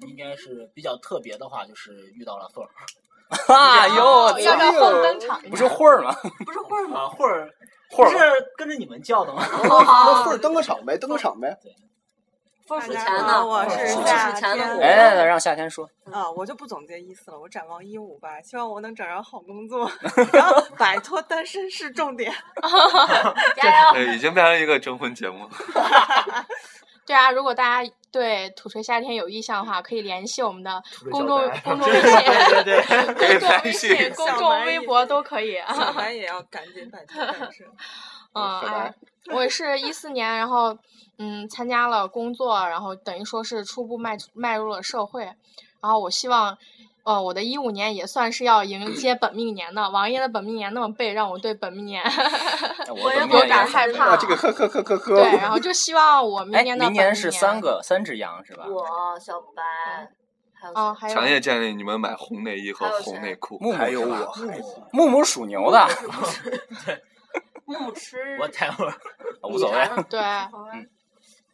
S26: 应应该是比较特别的话，就是遇到了凤儿，
S3: 哎呦，我
S7: 要
S3: 操，
S7: 让凤登场一下。
S3: 不是混儿吗？
S6: 不是会儿吗？
S26: 啊，或者
S3: 或
S26: 不
S3: 者
S26: 是跟着你们叫的 吗？
S4: 那会儿登个场呗，登个场呗。
S6: 凤数钱
S8: 大家
S6: 呢？
S8: 好我是
S6: 数
S8: 夏
S6: 钱
S8: 天
S6: 呢？
S3: 来
S10: 哎
S3: 来来，让夏天说，
S8: 啊，我就不总结意思了，我展望一五吧，希望我能找着好工作，然后摆脱单身是重点。
S7: 啊
S6: 加油！
S5: 呃对，已经变成一个征婚节目了。
S7: 对啊，如果大家对土锤夏天有意向的话，可以联系我们的
S9: 锤
S7: 公
S9: 小
S7: 众
S9: 白
S7: 公众 微信、
S9: 对对对，
S5: 可以
S7: 公众
S5: 拍
S7: 微
S5: 戏
S7: 信、公众微博都可以啊。
S8: 小白也要赶紧摆脱单身。
S6: 啊
S7: 嗯，
S4: 小白
S7: 哎， 我是一四年，然后嗯参加了工作，然后等于说是初步迈迈入了社会，然后我希望。呃，我的一五年也算是要迎接本命年的，王爷的本命年那么背，让我对本 命年
S3: 我
S6: 也
S3: 怎么
S6: 有
S3: 也
S6: 点
S3: 是
S6: 害
S3: 对
S6: 怕
S4: 啊，这个呵呵呵呵呵
S7: 对，，然后就希望我明
S3: 哎，
S7: 年
S3: 明
S7: 的本命
S3: 年是三个三只羊是吧？
S6: 我小白，还有
S7: 啊、
S6: 谁
S7: 还有
S5: 强烈建议你们买红内衣和红内裤。
S3: 木木
S4: 还有
S3: 是吧
S4: 我，
S3: 木木属牛的，
S6: 木木吃
S26: 我待会儿
S7: 啊
S3: 无所 谓。
S7: 对，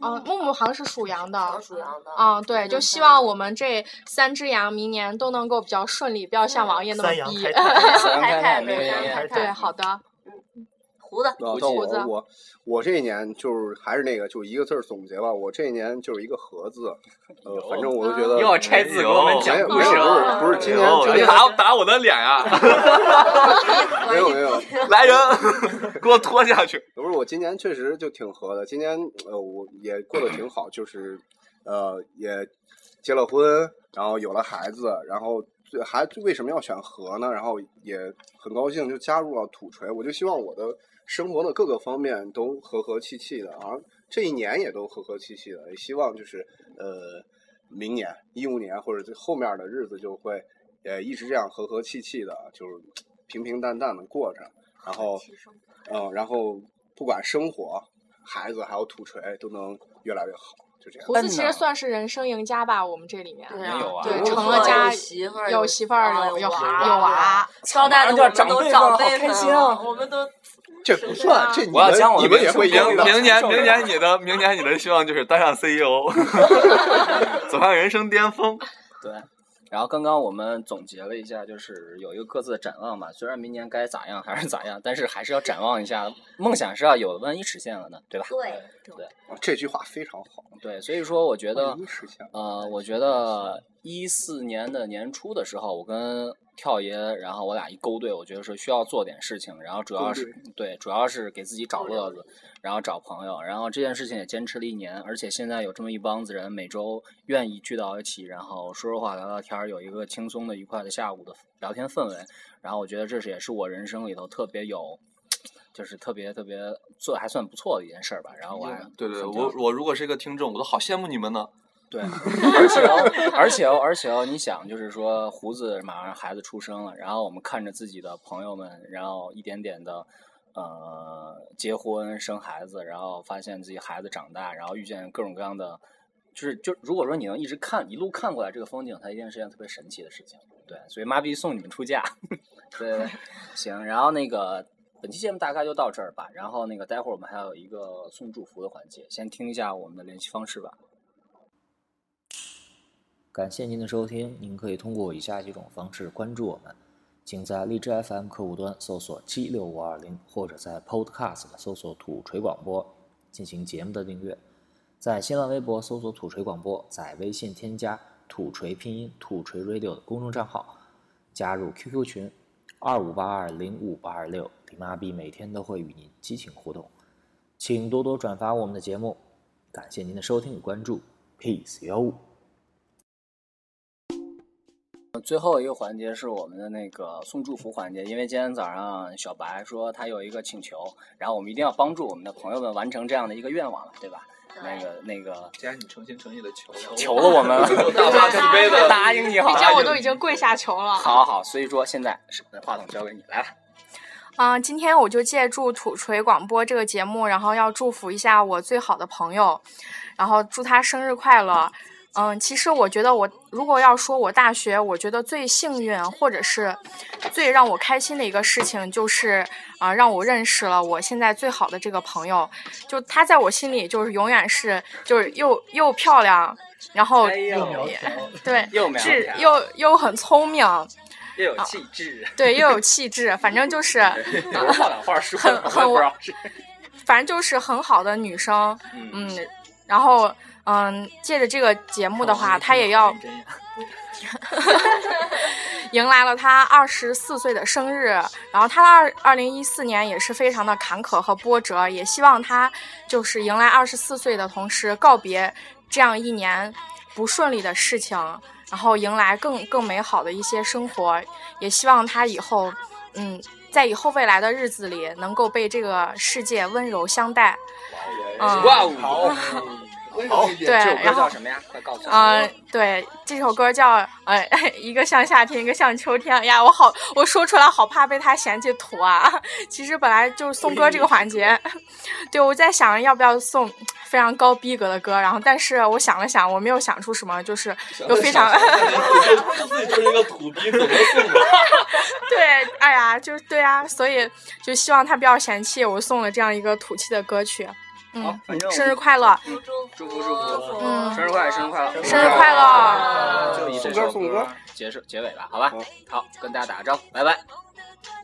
S7: 嗯，木木好像是属羊的
S6: 老。鼠羊的。
S7: 嗯，对，就希望我们这三只羊明年都能够比较顺利，不要像王爷那么
S9: 三羊
S7: 逼
S9: 开。泰，
S3: 三羊开泰
S6: 对
S3: 没有
S6: 三
S3: 羊
S6: 羊
S3: 开
S6: 开
S9: 泰
S7: 对，
S6: 泰。
S7: 好的，
S6: 胡子，
S4: 啊，但我我我这一年就是还是那个，就一个字儿总结吧。我这一年就是一个“和”字，呃，反正我就觉得
S14: 又要拆字给我们讲故事
S4: 没
S14: 了
S4: 有没有不是不是今
S14: 哎
S4: 年
S14: 呦
S4: 今哎年
S14: 打
S5: 打 我的脸啊！
S4: 没有没有，
S5: 来人， 给我拖下去。
S4: 不是，我今年确实就挺和的，今年呃我也过得挺好，就是呃也结了婚，然后有了孩子，然后最还为什么要选和呢？然后也很高兴就加入了土锤，我就希望我的生活的各个方面都和和气气的啊，这一年也都和和气气的，也希望就是呃明年一五年或者最后面的日子就会呃一直这样和和气气的，啊就是平平淡淡的过着，然后。嗯，然后不管生活、孩子还有土锤都能越来越好，就这样。
S7: 胡子其实算是人生赢家吧，我们这里面
S6: 对啊没有啊
S7: 对
S6: 有
S7: 成了家，
S6: 有媳妇儿
S7: 有
S6: 有
S7: 媳妇儿，
S6: 啊
S7: 有
S6: 有
S7: 有
S6: 娃啊
S7: 孩有娃，
S6: 交代的我们都长辈们
S10: 啊
S7: 啊
S6: 啊了， 我们都
S4: 这不算，这你
S5: 我要
S4: 们
S5: 讲我
S4: 你
S5: 的
S4: 们也
S5: 人生
S4: 会赢的。
S5: 明明年明年你的明年你的希望就是当上 CEO，走上人生巅峰。
S3: 对，然后刚刚我们总结了一下，就是有一个各自的展望嘛。虽然明年该咋样还是咋样，但是还是要展望一下，梦想是要有的，万一实现了呢，对吧？
S6: 对
S3: 对。
S4: 嗯这句话非常好。
S3: 对，所以说我觉得
S4: 万一实现，
S3: 呃，我觉得一四年的年初的时候，我跟跳爷，然后我俩一勾兑，我觉得是需要做点事情，然后主要是
S14: 勾
S3: 对，主要是给自己找乐子，然后找朋友，然后这件事情也坚持了一年，而且现在有这么一帮子人，每周愿意聚到一起，然后说说话、聊聊天儿，有一个轻松的、愉快的下午的聊天氛围，然后我觉得这是也是我人生里头特别有。就是特别特别做得还算不错的一件事儿吧，然后我还
S5: 对对，
S3: 啊很
S5: 我我如果是一个听众，我都好羡慕你们呢。
S3: 对， 而且哦，而且哦，而且哦，你想，就是说，胡子马上孩子出生了，然后我们看着自己的朋友们，然后一点点的，呃，结婚生孩子，然后发现自己孩子长大，然后遇见各种各样的，就是就如果说你能一直看一路看过来这个风景，它一定是件特别神奇的事情。对，所以妈逼送你们出嫁。 对对对，行，然后那个本期节目大概就到这儿吧，然后那个待会儿我们还有一个送祝福的环节，先听一下我们的联系方式吧。
S1: 感谢您的收听，您可以通过以下几种方式关注我们，请在荔枝 FM 客户端搜索七六五二零，或者在 Podcast 搜索“土锤广播”进行节目的订阅，在新浪微博搜索“土锤广播”，在微信添加“土锤拼音土锤 radio” 的公众账号，加入 QQ 群二五八二零五八二六，李妈咪每天都会与您激情互动，请多多转发我们的节目，感谢您的收听与关注，peace 哟。
S3: 最后一个环节是我们的那个送祝福环节，因为今天早上小白说他有一个请求，然后我们一定要帮助我们的朋友们完成这样的一个愿望了，对吧？那个那个，
S5: 既然你诚心诚意的求，
S3: 求了我们了
S5: 大发慈悲的
S3: 答应你好
S7: 你
S3: 了，
S7: 这我都已经跪下求了。
S3: 好好，所以说现在是话筒交给你来吧。
S7: 嗯，今天我就借助土锤广播这个节目，然后要祝福一下我最好的朋友，然后祝他生日快乐。嗯，其实我觉得我如果要说我大学，我觉得最幸运或者是最让我开心的一个事情，就是啊、让我认识了我现在最好的这个朋友，就他在我心里就是永远是就是又又漂亮，然后、
S3: 哎呦又苗条
S7: 对
S3: 又苗
S7: 是
S3: 条
S7: 又又很聪明，
S3: 又有气质，
S7: 哦 对 又有气质，反正就是
S3: 我话赶话说，
S7: 很
S3: 我
S7: 很
S3: 也不知道是
S7: 反正就是很好的女生，嗯，然后嗯，借着这个节目的话，她也要 迎来了她二十四岁的生日，然后她的二二零一四年也是非常的坎坷和波折，也希望她就是迎来二十四岁的同时，告别这样一年不顺利的事情，然后迎来更更美好的一些生活，也希望她以后嗯。在以后未来的日子里，能够被这个世界温柔相待。嗯
S3: 哇哦，
S7: 好
S3: 好，
S7: 对
S3: 这首歌
S7: 然后
S3: 叫什么呀？快告诉我。
S7: 嗯、对，这首歌叫呃， 一个像夏天，一个像秋天。哎呀，我好，我说出来好怕被他嫌弃土啊。 其实本来就是送歌这个环节， 对我在想要不要送非常高逼格的歌，然后但是我想了想，我没有想出什么，就是有非 常
S5: 自己就是一个土逼，怎么送的？
S7: 对，哎呀，就是对啊，所以就希望他不要嫌弃我送了这样一个土气的歌曲。
S3: 好
S7: 嗯
S3: 反正，我
S7: 生日快乐！
S3: 祝福祝福，
S7: 嗯
S3: 生日快乐，生日快乐，
S7: 生日快乐
S3: 就以这首歌结束结尾吧，好吧？好，跟大家打个招呼，拜拜。
S7: 拜